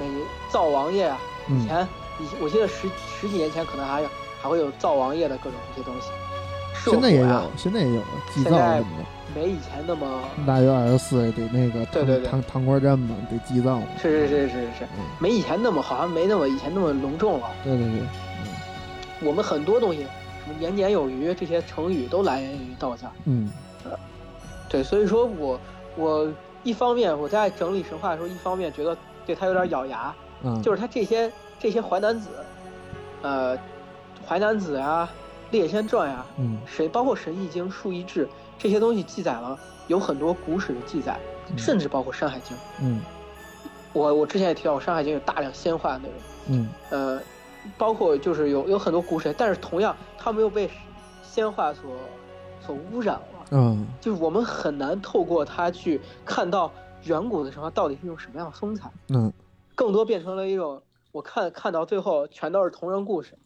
[SPEAKER 2] 那个灶王爷啊，以
[SPEAKER 1] 嗯
[SPEAKER 2] 前以我记得十十几年前可能还有还会有灶王爷的各种一些东西，社
[SPEAKER 1] 现在也
[SPEAKER 2] 火啊
[SPEAKER 1] 有，嗯现在也有祭
[SPEAKER 2] 现
[SPEAKER 1] 灶
[SPEAKER 2] 在
[SPEAKER 1] 什么的。
[SPEAKER 2] 没以前那么，
[SPEAKER 1] 大约二十四也得那个
[SPEAKER 2] 对对对
[SPEAKER 1] 糖糖瓜粘嘛，得祭灶嘛。
[SPEAKER 2] 是是是是是
[SPEAKER 1] 嗯，
[SPEAKER 2] 没以前那么好像没那么以前那么隆重了、
[SPEAKER 1] 对对对，
[SPEAKER 2] 我们很多东西，什么年年有余这些成语都来源于道教。
[SPEAKER 1] 嗯
[SPEAKER 2] 对，所以说我我一方面我在整理神话的时候，一方面觉得对他有点咬牙，
[SPEAKER 1] 啊，
[SPEAKER 2] 就是他这些这些淮南子，呃，淮南子啊，列仙传呀、
[SPEAKER 1] 嗯
[SPEAKER 2] 神包括《神异经》《述异志》这些东西记载了有很多古史的记载，
[SPEAKER 1] 嗯
[SPEAKER 2] 甚至包括《山海经》。
[SPEAKER 1] 嗯
[SPEAKER 2] 我我之前也提到，《山海经》有大量仙话的内容，
[SPEAKER 1] 嗯
[SPEAKER 2] 呃，包括就是有有很多古史，但是同样它没有被仙话所所污染了。
[SPEAKER 1] 嗯
[SPEAKER 2] 就是我们很难透过它去看到远古的神话到底是一种什么样的风采，
[SPEAKER 1] 嗯，
[SPEAKER 2] 更多变成了一种我看看到最后全都是同人故事，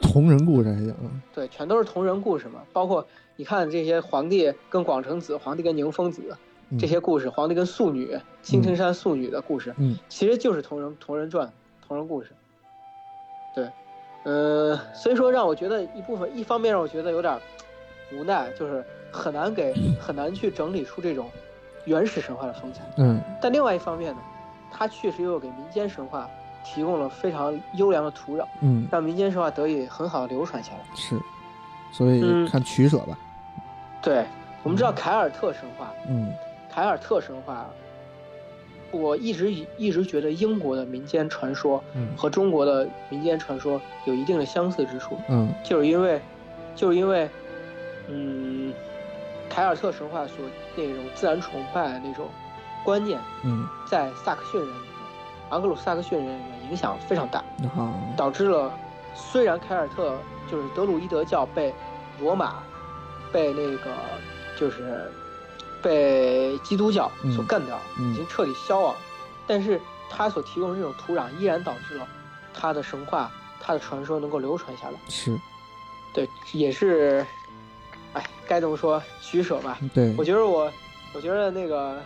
[SPEAKER 1] 同人故事还行啊，
[SPEAKER 2] 对，全都是同人故事嘛。包括你看这些皇帝跟广成子、皇帝跟宁风子
[SPEAKER 1] 嗯
[SPEAKER 2] 这些故事，皇帝跟素女、青城山素女的故事，
[SPEAKER 1] 嗯，
[SPEAKER 2] 其实就是同人同人传、同人故事。对，呃，所以说让我觉得一部分，一方面让我觉得有点无奈，就是很
[SPEAKER 1] [LAUGHS]
[SPEAKER 2] 难给很难去整理出这种原始神话的风采。
[SPEAKER 1] 嗯
[SPEAKER 2] 但另外一方面呢，它确实又给民间神话提供了非常优良的土壤，
[SPEAKER 1] 嗯
[SPEAKER 2] 让民间神话得以很好的流传下来。
[SPEAKER 1] 是，所以
[SPEAKER 2] 嗯
[SPEAKER 1] 看取舍吧，
[SPEAKER 2] 对，我们知道凯尔特神话，
[SPEAKER 1] 嗯
[SPEAKER 2] 凯尔特神话，我一直以一直觉得英国的民间传说
[SPEAKER 1] 嗯
[SPEAKER 2] 和中国的民间传说有一定的相似之处，
[SPEAKER 1] 嗯
[SPEAKER 2] 就是因为，就是因为，嗯，凯尔特神话所那种自然崇拜的那种观念，
[SPEAKER 1] 嗯，
[SPEAKER 2] 在萨克逊人里面，盎格鲁萨克逊人里面影响非常大，
[SPEAKER 1] 好，
[SPEAKER 2] 导致了虽然凯尔特就是德鲁伊德教被罗马、被那个就是被基督教所干掉，
[SPEAKER 1] 嗯嗯
[SPEAKER 2] 已经彻底消亡，但是它所提供的这种土壤依然导致了它的神话、它的传说能够流传下来。
[SPEAKER 1] 是
[SPEAKER 2] 对，也是，哎，该怎么说取舍吧。
[SPEAKER 1] 对
[SPEAKER 2] 我，觉得我，我觉得那个，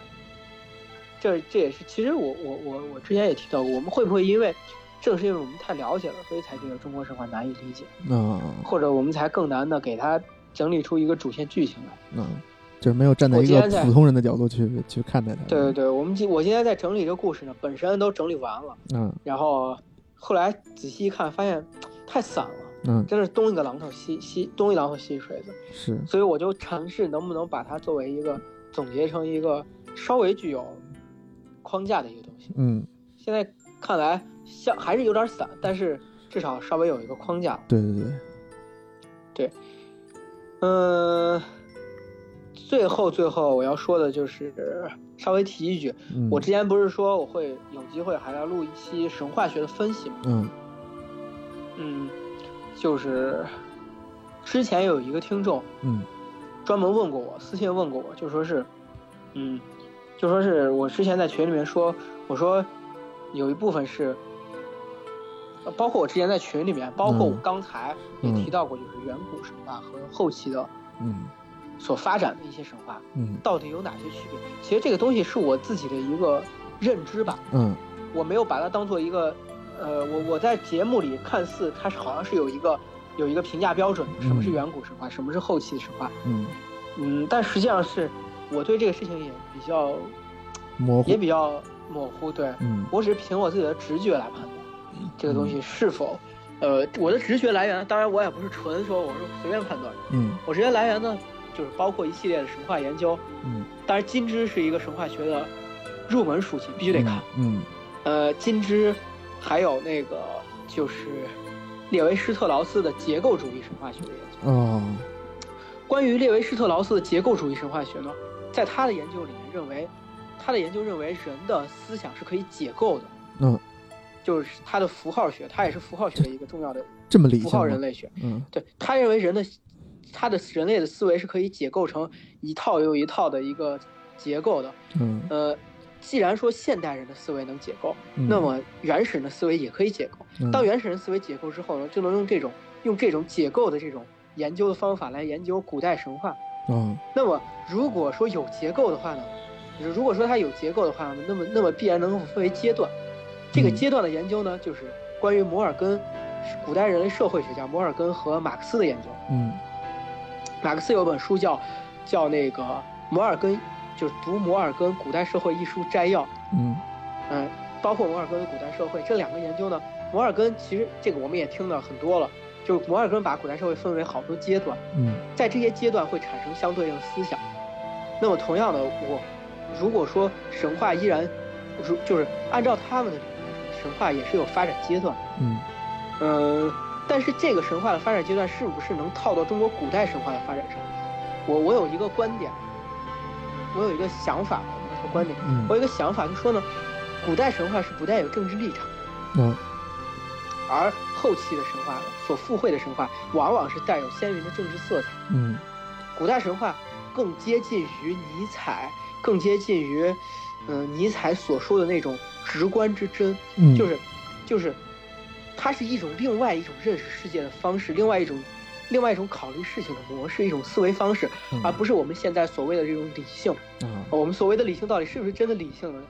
[SPEAKER 2] 这这也是，其实我我我我之前也提到过，我们会不会因为正是因为我们太了解了，所以才觉得中国神话难以理解，
[SPEAKER 1] 那
[SPEAKER 2] 或者我们才更难的给它整理出一个主线剧情来？
[SPEAKER 1] 那就是没有站在一个
[SPEAKER 2] 我今天在
[SPEAKER 1] 普通人的角度去去看待它，
[SPEAKER 2] 对对，对，我们今我现在在整理这个故事呢，本身都整理完了，
[SPEAKER 1] 嗯
[SPEAKER 2] 然后后来仔细一看，发现太散了，
[SPEAKER 1] 嗯
[SPEAKER 2] 真是东一个榔头西西东一榔头西一锤子，
[SPEAKER 1] 是，
[SPEAKER 2] 所以我就尝试能不能把它作为一个总结成一个稍微具有框架的一个东西。
[SPEAKER 1] 嗯
[SPEAKER 2] 现在看来像还是有点散，但是至少稍微有一个框架。
[SPEAKER 1] 对对对，
[SPEAKER 2] 嗯，最后最后我要说的就是稍微提一句，
[SPEAKER 1] 嗯
[SPEAKER 2] 我之前不是说我会有机会还要录一期神话学的分析吗？
[SPEAKER 1] 嗯
[SPEAKER 2] 嗯，就是之前有一个听众
[SPEAKER 1] 嗯
[SPEAKER 2] 专门问过我，私信问过我，就说是，嗯，就说是我之前在群里面说，我说有一部分是，呃包括我之前在群里面，包括我
[SPEAKER 1] 嗯
[SPEAKER 2] 刚才也提到过，就是远古神话和后期的
[SPEAKER 1] 嗯
[SPEAKER 2] 所发展的一些神话
[SPEAKER 1] 嗯
[SPEAKER 2] 到底有哪些区别？其实这个东西是我自己的一个认知吧，
[SPEAKER 1] 嗯
[SPEAKER 2] 我没有把它当做一个，呃，我我在节目里看似它是好像是有一个有一个评价标准，什么是
[SPEAKER 1] 嗯
[SPEAKER 2] 远古神话，什么是后期的神话。
[SPEAKER 1] 嗯，
[SPEAKER 2] 嗯，但实际上是我对这个事情也比较
[SPEAKER 1] 模糊
[SPEAKER 2] 也，比较模糊，对
[SPEAKER 1] 嗯
[SPEAKER 2] 我只是凭我自己的直觉来判断这个东西是否，呃，我的直觉来源，当然我也不是纯说我是随便判断的，
[SPEAKER 1] 嗯
[SPEAKER 2] 我直觉来源呢就是包括一系列的神话研究，
[SPEAKER 1] 嗯，
[SPEAKER 2] 当然金枝是一个神话学的入门书籍，必须
[SPEAKER 1] 就
[SPEAKER 2] 得看，，
[SPEAKER 1] 嗯
[SPEAKER 2] 呃，金枝还有那个就是列维施特劳斯的结构主义神话学的研究。
[SPEAKER 1] 哦
[SPEAKER 2] 关于列维施特劳斯的结构主义神话学呢，在他的研究里面认为，他的研究认为人的思想是可以解构的。
[SPEAKER 1] 嗯，
[SPEAKER 2] 就是他的符号学，他也是符号学的一个重要的
[SPEAKER 1] 这么理
[SPEAKER 2] 符
[SPEAKER 1] 性
[SPEAKER 2] 号
[SPEAKER 1] 吗，
[SPEAKER 2] 人类学。
[SPEAKER 1] 嗯
[SPEAKER 2] 对他认为人的他的人类的思维是可以解构成一套又一套的一个结构的。
[SPEAKER 1] 嗯，
[SPEAKER 2] 呃，既然说现代人的思维能解构，
[SPEAKER 1] 嗯
[SPEAKER 2] 那么原始人的思维也可以解构。
[SPEAKER 1] 嗯
[SPEAKER 2] 当原始人思维解构之后呢，就能用这种用这种解构的这种研究的方法来研究古代神话。
[SPEAKER 1] 哦
[SPEAKER 2] 那么如果说有结构的话呢，如果说它有结构的话，那么那么必然能够分为阶段。这个
[SPEAKER 1] 嗯
[SPEAKER 2] 阶段的研究呢，就是关于摩尔根，古代人类社会学家摩尔根和马克思的研究。
[SPEAKER 1] 嗯
[SPEAKER 2] 马克思有本书叫叫那个摩尔根，就是读《摩尔根古代社会》一书摘要。
[SPEAKER 1] 嗯
[SPEAKER 2] 嗯，包括摩尔根与古代社会这两个研究呢，摩尔根其实这个我们也听到很多了，就是摩尔根把古代社会分为好多阶段，
[SPEAKER 1] 嗯
[SPEAKER 2] 在这些阶段会产生相对应的思想。那么同样的，我如果说神话依然，如就是按照他们的理论来说，神话也是有发展阶段。
[SPEAKER 1] 嗯
[SPEAKER 2] 嗯，但是这个神话的发展阶段是不是能套到中国古代神话的发展上？我我有一个观点，我有一个想法，我不能说观点，
[SPEAKER 1] 嗯
[SPEAKER 2] 我有一个想法，就说呢，古代神话是不带有政治立场，
[SPEAKER 1] 嗯
[SPEAKER 2] 而后期的神话所附会的神话往往是带有鲜明的政治色彩。
[SPEAKER 1] 嗯
[SPEAKER 2] 古代神话更接近于尼采，更接近于，嗯、尼采所说的那种直观之真，
[SPEAKER 1] 嗯，
[SPEAKER 2] 就是，就是，它是一种另外一种认识世界的方式，另外一种，另外一种考虑事情的模式，一种思维方式，
[SPEAKER 1] 嗯
[SPEAKER 2] 而不是我们现在所谓的这种理性。哦
[SPEAKER 1] 啊，
[SPEAKER 2] 我们所谓的理性到底是不是真的理性呢？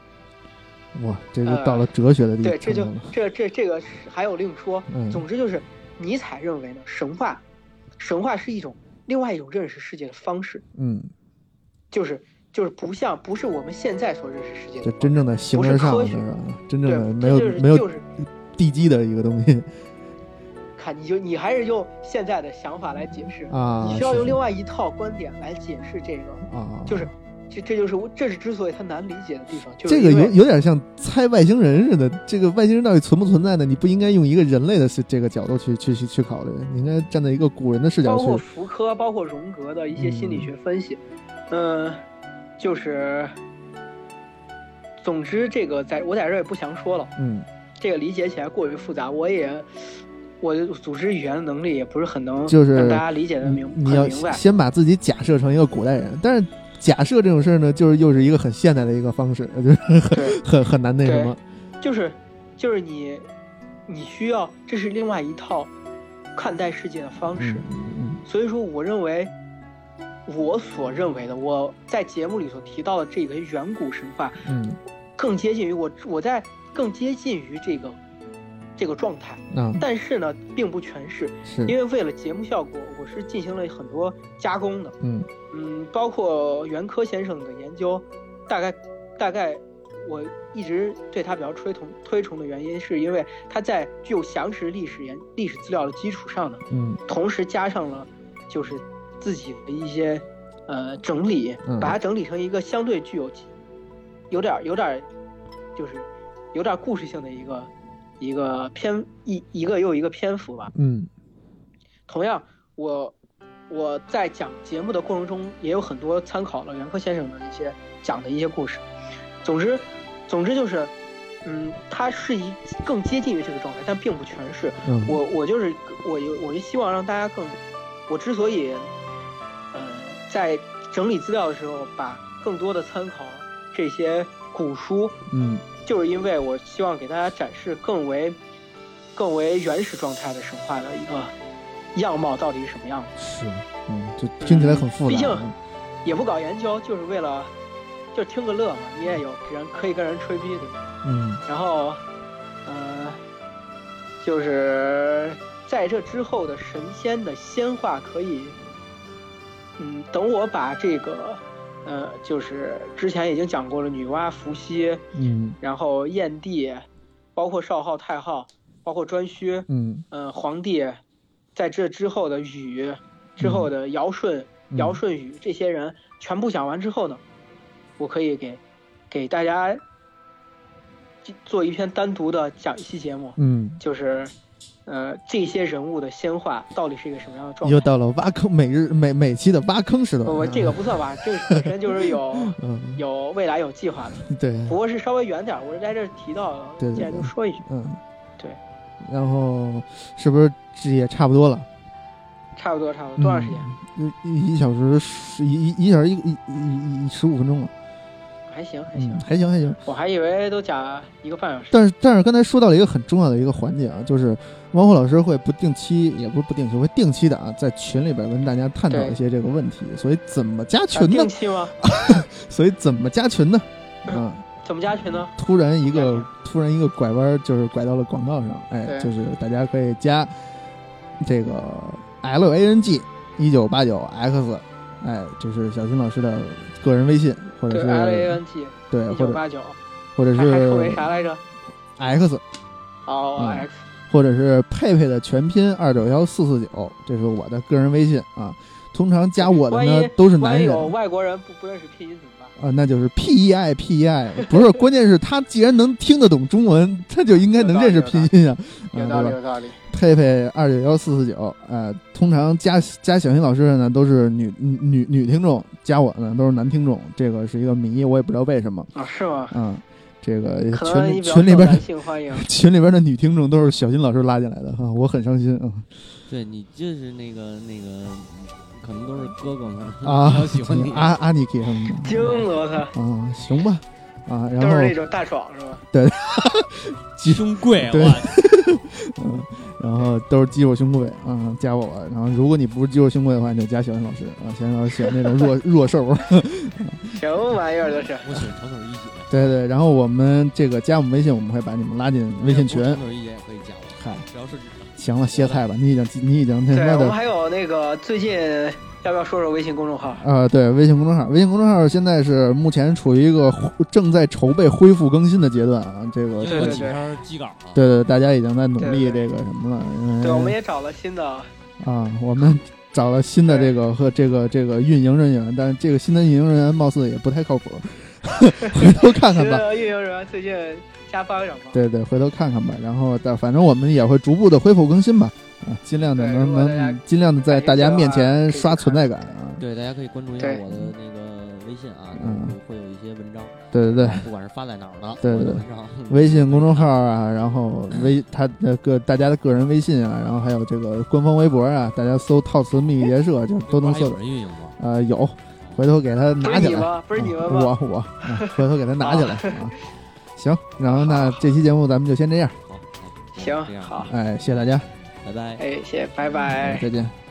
[SPEAKER 1] 哇，这就到了哲学的地方
[SPEAKER 2] 呃对，这就
[SPEAKER 1] 了
[SPEAKER 2] 这这这个是还有另说。
[SPEAKER 1] 嗯
[SPEAKER 2] 总之就是，尼采认为呢，神话，神话是一种另外一种认识世界的方式，
[SPEAKER 1] 嗯，
[SPEAKER 2] 就是就是不像不是我们现在所认识世界
[SPEAKER 1] 这
[SPEAKER 2] 的。
[SPEAKER 1] 真正的形而上的是吧？真正
[SPEAKER 2] 对
[SPEAKER 1] 的，没
[SPEAKER 2] 这
[SPEAKER 1] 有
[SPEAKER 2] 就是
[SPEAKER 1] 没有
[SPEAKER 2] 就是
[SPEAKER 1] 地基的一个东西
[SPEAKER 2] 看，你就你还是用现在的想法来解释，
[SPEAKER 1] 啊，
[SPEAKER 2] 你需要
[SPEAKER 1] 是
[SPEAKER 2] 用另外一套观点来解释这个，
[SPEAKER 1] 啊，
[SPEAKER 2] 就是这这就是我这是之所以它难理解的地方，就是
[SPEAKER 1] 这个
[SPEAKER 2] 因为
[SPEAKER 1] 有有点像猜外星人似的，这个外星人到底存不存在呢？你不应该用一个人类的这这个角度去去去去考虑，你应该站在一个古人的视角
[SPEAKER 2] 包括
[SPEAKER 1] 去。
[SPEAKER 2] 福柯，包括荣格的一些心理学分析，嗯、就是，总之这个在我在这儿也不详说了，
[SPEAKER 1] 嗯
[SPEAKER 2] 这个理解起来过于复杂，我也我组织语言的能力也不是很能
[SPEAKER 1] 就是
[SPEAKER 2] 让大家理解的明
[SPEAKER 1] 你
[SPEAKER 2] 很
[SPEAKER 1] 要
[SPEAKER 2] 明白，
[SPEAKER 1] 先把自己假设成一个古代人，但是假设这种事儿呢，就是又是一个很现代的一个方式，就是
[SPEAKER 2] 对，
[SPEAKER 1] [LAUGHS] 很很难那什么。
[SPEAKER 2] 就是就是你你需要这是另外一套看待世界的方式
[SPEAKER 1] 嗯，嗯
[SPEAKER 2] 所以说，我认为，我所认为的，我在节目里所提到的这个远古神话，
[SPEAKER 1] 嗯
[SPEAKER 2] 更接近于我我在更接近于这个这个状态，
[SPEAKER 1] 嗯啊
[SPEAKER 2] 但是呢，并不全是，
[SPEAKER 1] 是
[SPEAKER 2] 因为为了节目效果，我是进行了很多加工的，
[SPEAKER 1] 嗯
[SPEAKER 2] 嗯，包括袁科先生的研究，大概大概我一直对他比较推崇推崇的原因，是因为他在具有详实历史研历史资料的基础上呢，
[SPEAKER 1] 嗯
[SPEAKER 2] 同时加上了就是自己的一些呃整理
[SPEAKER 1] 嗯，
[SPEAKER 2] 把它整理成一个相对具有有点有点就是有点故事性的一个一个篇一一个又一个篇幅吧。
[SPEAKER 1] 嗯
[SPEAKER 2] 同样，我我在讲节目的过程中也有很多参考了袁科先生的一些讲的一些故事。总之，总之就是，嗯，它是一更接近于这个状态，但并不全是。
[SPEAKER 1] 嗯，
[SPEAKER 2] 我我就是我有我就希望让大家更，我之所以，呃，在整理资料的时候把更多的参考这些古书，
[SPEAKER 1] 嗯
[SPEAKER 2] 就是因为我希望给大家展示更为更为原始状态的神话的一个样貌到底是什么样的。
[SPEAKER 1] 是嗯，就听起来很复杂。啊
[SPEAKER 2] 毕竟也不搞研究，就是为了就听个乐嘛，你也有人可以跟人吹逼对吧？
[SPEAKER 1] 嗯
[SPEAKER 2] 然后，呃，就是在这之后的神仙的仙话可以，嗯，等我把这个，呃，就是之前已经讲过了女娲、伏羲，
[SPEAKER 1] 嗯
[SPEAKER 2] 然后燕帝，包括少昊、太昊，包括颛顼，
[SPEAKER 1] 嗯
[SPEAKER 2] 嗯、黄帝，在这之后的禹，之后的尧舜、
[SPEAKER 1] 嗯
[SPEAKER 2] 尧舜禹这些人全部讲完之后呢，我可以给给大家做一篇单独的讲一期节目，
[SPEAKER 1] 嗯，
[SPEAKER 2] 就是呃这些人物的仙化到底是一个什么样的状
[SPEAKER 1] 又
[SPEAKER 2] 态。
[SPEAKER 1] 到了挖坑每日每每期的挖坑时段。
[SPEAKER 2] 我我这个不算吧，这个本身就是有 [LAUGHS]
[SPEAKER 1] 嗯
[SPEAKER 2] 有未来有计划的，
[SPEAKER 1] 对
[SPEAKER 2] 不过是稍微远点儿。我是在这儿提到了，
[SPEAKER 1] 对对
[SPEAKER 2] 既然就
[SPEAKER 1] 对
[SPEAKER 2] 说一句，
[SPEAKER 1] 嗯
[SPEAKER 2] 对，
[SPEAKER 1] 然后是不是这也差不多了？
[SPEAKER 2] 差不多差不多多长时间？啊
[SPEAKER 1] 嗯？一一小时十一一一小时一一一一十五分钟了，
[SPEAKER 2] 还行还行
[SPEAKER 1] 嗯，，还行还行。
[SPEAKER 2] 我还以为都讲一个半小时。
[SPEAKER 1] 但是但是刚才说到了一个很重要的一个环节啊，就是汪虎老师会不定期，也不是不定期，会定期的啊，在群里边跟大家探讨
[SPEAKER 2] 对
[SPEAKER 1] 一些这个问题。所以怎么加
[SPEAKER 2] 啊
[SPEAKER 1] 群呢
[SPEAKER 2] 定？期吗？
[SPEAKER 1] 所以怎么加群呢？啊，
[SPEAKER 2] 怎么加群呢？
[SPEAKER 1] 突然一个突然一个拐弯，就是拐到了广告上，哎，
[SPEAKER 2] 对
[SPEAKER 1] 就是大家可以加这个 L A N G 一九八九 X，哎，这是小新老师的个人微信，或者
[SPEAKER 2] 对，L A
[SPEAKER 1] 是
[SPEAKER 2] N G
[SPEAKER 1] 对，
[SPEAKER 2] 一
[SPEAKER 1] 或
[SPEAKER 2] 九
[SPEAKER 1] 者
[SPEAKER 2] 八九，
[SPEAKER 1] 或者
[SPEAKER 2] 还还称为
[SPEAKER 1] 是
[SPEAKER 2] 啥来着？
[SPEAKER 1] X，
[SPEAKER 2] 哦
[SPEAKER 1] 嗯
[SPEAKER 2] ，X，
[SPEAKER 1] 或者是佩佩的全拼二九幺四四九，这是我的个人微信啊。通常加我的
[SPEAKER 2] 万
[SPEAKER 1] 呢
[SPEAKER 2] 一
[SPEAKER 1] 都是
[SPEAKER 2] 万
[SPEAKER 1] 男
[SPEAKER 2] 一
[SPEAKER 1] 人
[SPEAKER 2] 有外国人不不认识拼音怎么办？
[SPEAKER 1] 啊，那就是 P E I P E I，不是，关键是他既然能听得懂中文，他就应该能认识拼音啊，啊，
[SPEAKER 2] 有
[SPEAKER 1] 对
[SPEAKER 2] 道理，
[SPEAKER 1] 吧？
[SPEAKER 2] 有道理。
[SPEAKER 1] 佩佩二九幺四四九，呃，通常加加小新老师的呢都是女女女女听众，加我呢都是男听众，这个是一个谜，我也不知道为什么，
[SPEAKER 2] 啊，是吗？
[SPEAKER 1] 嗯，这个
[SPEAKER 2] 可能
[SPEAKER 1] 群
[SPEAKER 2] 你
[SPEAKER 1] 里群里
[SPEAKER 2] 比较受
[SPEAKER 1] 边
[SPEAKER 2] 男性欢迎。
[SPEAKER 1] [LAUGHS] 群里边的女听众都是小新老师拉进来的哈、我很伤心啊。
[SPEAKER 3] 对你就是那个那个，可能都是哥哥们
[SPEAKER 1] [LAUGHS] 啊
[SPEAKER 3] [LAUGHS] 比较喜欢你。
[SPEAKER 1] 阿阿尼给什么
[SPEAKER 2] 惊
[SPEAKER 1] 的
[SPEAKER 2] 了，我操！
[SPEAKER 1] 啊，行吧，啊，然
[SPEAKER 2] 都是那
[SPEAKER 1] 后
[SPEAKER 2] 种大爽是吧？
[SPEAKER 3] 兄贵，
[SPEAKER 1] 对
[SPEAKER 3] 哇，
[SPEAKER 1] 嗯，然后都是肌肉胸贵啊，加我，然后如果你不是肌肉胸贵的话，你就加小新老师啊，小新老师喜欢那种弱 [LAUGHS] 弱瘦，
[SPEAKER 2] 什么玩意儿这是？
[SPEAKER 3] 我喜欢长腿一
[SPEAKER 1] [LAUGHS]
[SPEAKER 3] 姐，
[SPEAKER 1] 对对，然后我们这个加我们微信，我们会把你们拉进微信群
[SPEAKER 3] 不。长腿一姐也可以加我，
[SPEAKER 1] 嗨，
[SPEAKER 3] 只要是
[SPEAKER 1] 行了，歇菜吧，你已经你已经嗯那什
[SPEAKER 2] 对
[SPEAKER 1] 么
[SPEAKER 2] 我们
[SPEAKER 1] 的。
[SPEAKER 2] 还有那个最近要不要说说微信公众号？
[SPEAKER 1] 呃，对，微信公众号，微信公众号现在是目前处于一个正在筹备恢复更新的阶段啊，这个
[SPEAKER 3] 因为
[SPEAKER 2] 对
[SPEAKER 3] 我
[SPEAKER 2] 对
[SPEAKER 3] 几篇基稿啊，
[SPEAKER 1] 对对，大家已经在努力
[SPEAKER 2] 对对
[SPEAKER 1] 这个什么了。嗯因为
[SPEAKER 2] 对，我们也找了新的，
[SPEAKER 1] 啊，我们找了新的这个和这个这个运营人员，但是这个新的运营人员貌似也不太
[SPEAKER 2] [LAUGHS]
[SPEAKER 1] 靠谱，回头看看
[SPEAKER 2] 新
[SPEAKER 1] 吧。
[SPEAKER 2] 的运营人员最近加班什么？
[SPEAKER 1] 对对，回头看看吧。然后，但反正我们也会逐步的恢复更新吧，啊，尽量的
[SPEAKER 2] 对
[SPEAKER 1] 能
[SPEAKER 2] 如果大家
[SPEAKER 1] 能尽量的在大家面前
[SPEAKER 2] 感兴趣的话
[SPEAKER 1] 刷存在感
[SPEAKER 2] 可以
[SPEAKER 1] 啊。
[SPEAKER 3] 对，大家可以关注一下
[SPEAKER 2] 对
[SPEAKER 3] 我的那个微信啊，
[SPEAKER 1] 嗯
[SPEAKER 3] 会有一些文章，
[SPEAKER 1] 对对对，
[SPEAKER 3] 不管是发在哪儿的，
[SPEAKER 1] 对
[SPEAKER 3] 我的
[SPEAKER 1] 对
[SPEAKER 3] 文章，
[SPEAKER 1] 微信公众号啊，然后微他的个大家的个人微信啊，然后还有这个官方微博啊，大家搜“套词密语结社”就都能
[SPEAKER 3] 还
[SPEAKER 1] 搜
[SPEAKER 3] 有
[SPEAKER 1] 着。
[SPEAKER 3] 人运营吗？
[SPEAKER 2] 哎
[SPEAKER 1] 呃，有，回头给他
[SPEAKER 2] 不
[SPEAKER 1] 拿
[SPEAKER 2] 是
[SPEAKER 1] 起
[SPEAKER 2] 你
[SPEAKER 1] 来。
[SPEAKER 2] 吗？不是你们吗？
[SPEAKER 1] 啊我 [LAUGHS] 我、啊回头给他拿起来啊。行，然后那这期节目咱们就先这样，
[SPEAKER 3] 好，好
[SPEAKER 2] 行
[SPEAKER 3] 这样，
[SPEAKER 2] 好，
[SPEAKER 1] 哎，谢谢大家，
[SPEAKER 3] 拜拜。
[SPEAKER 2] 哎，谢谢，拜拜。
[SPEAKER 1] 再见。
[SPEAKER 3] 拜拜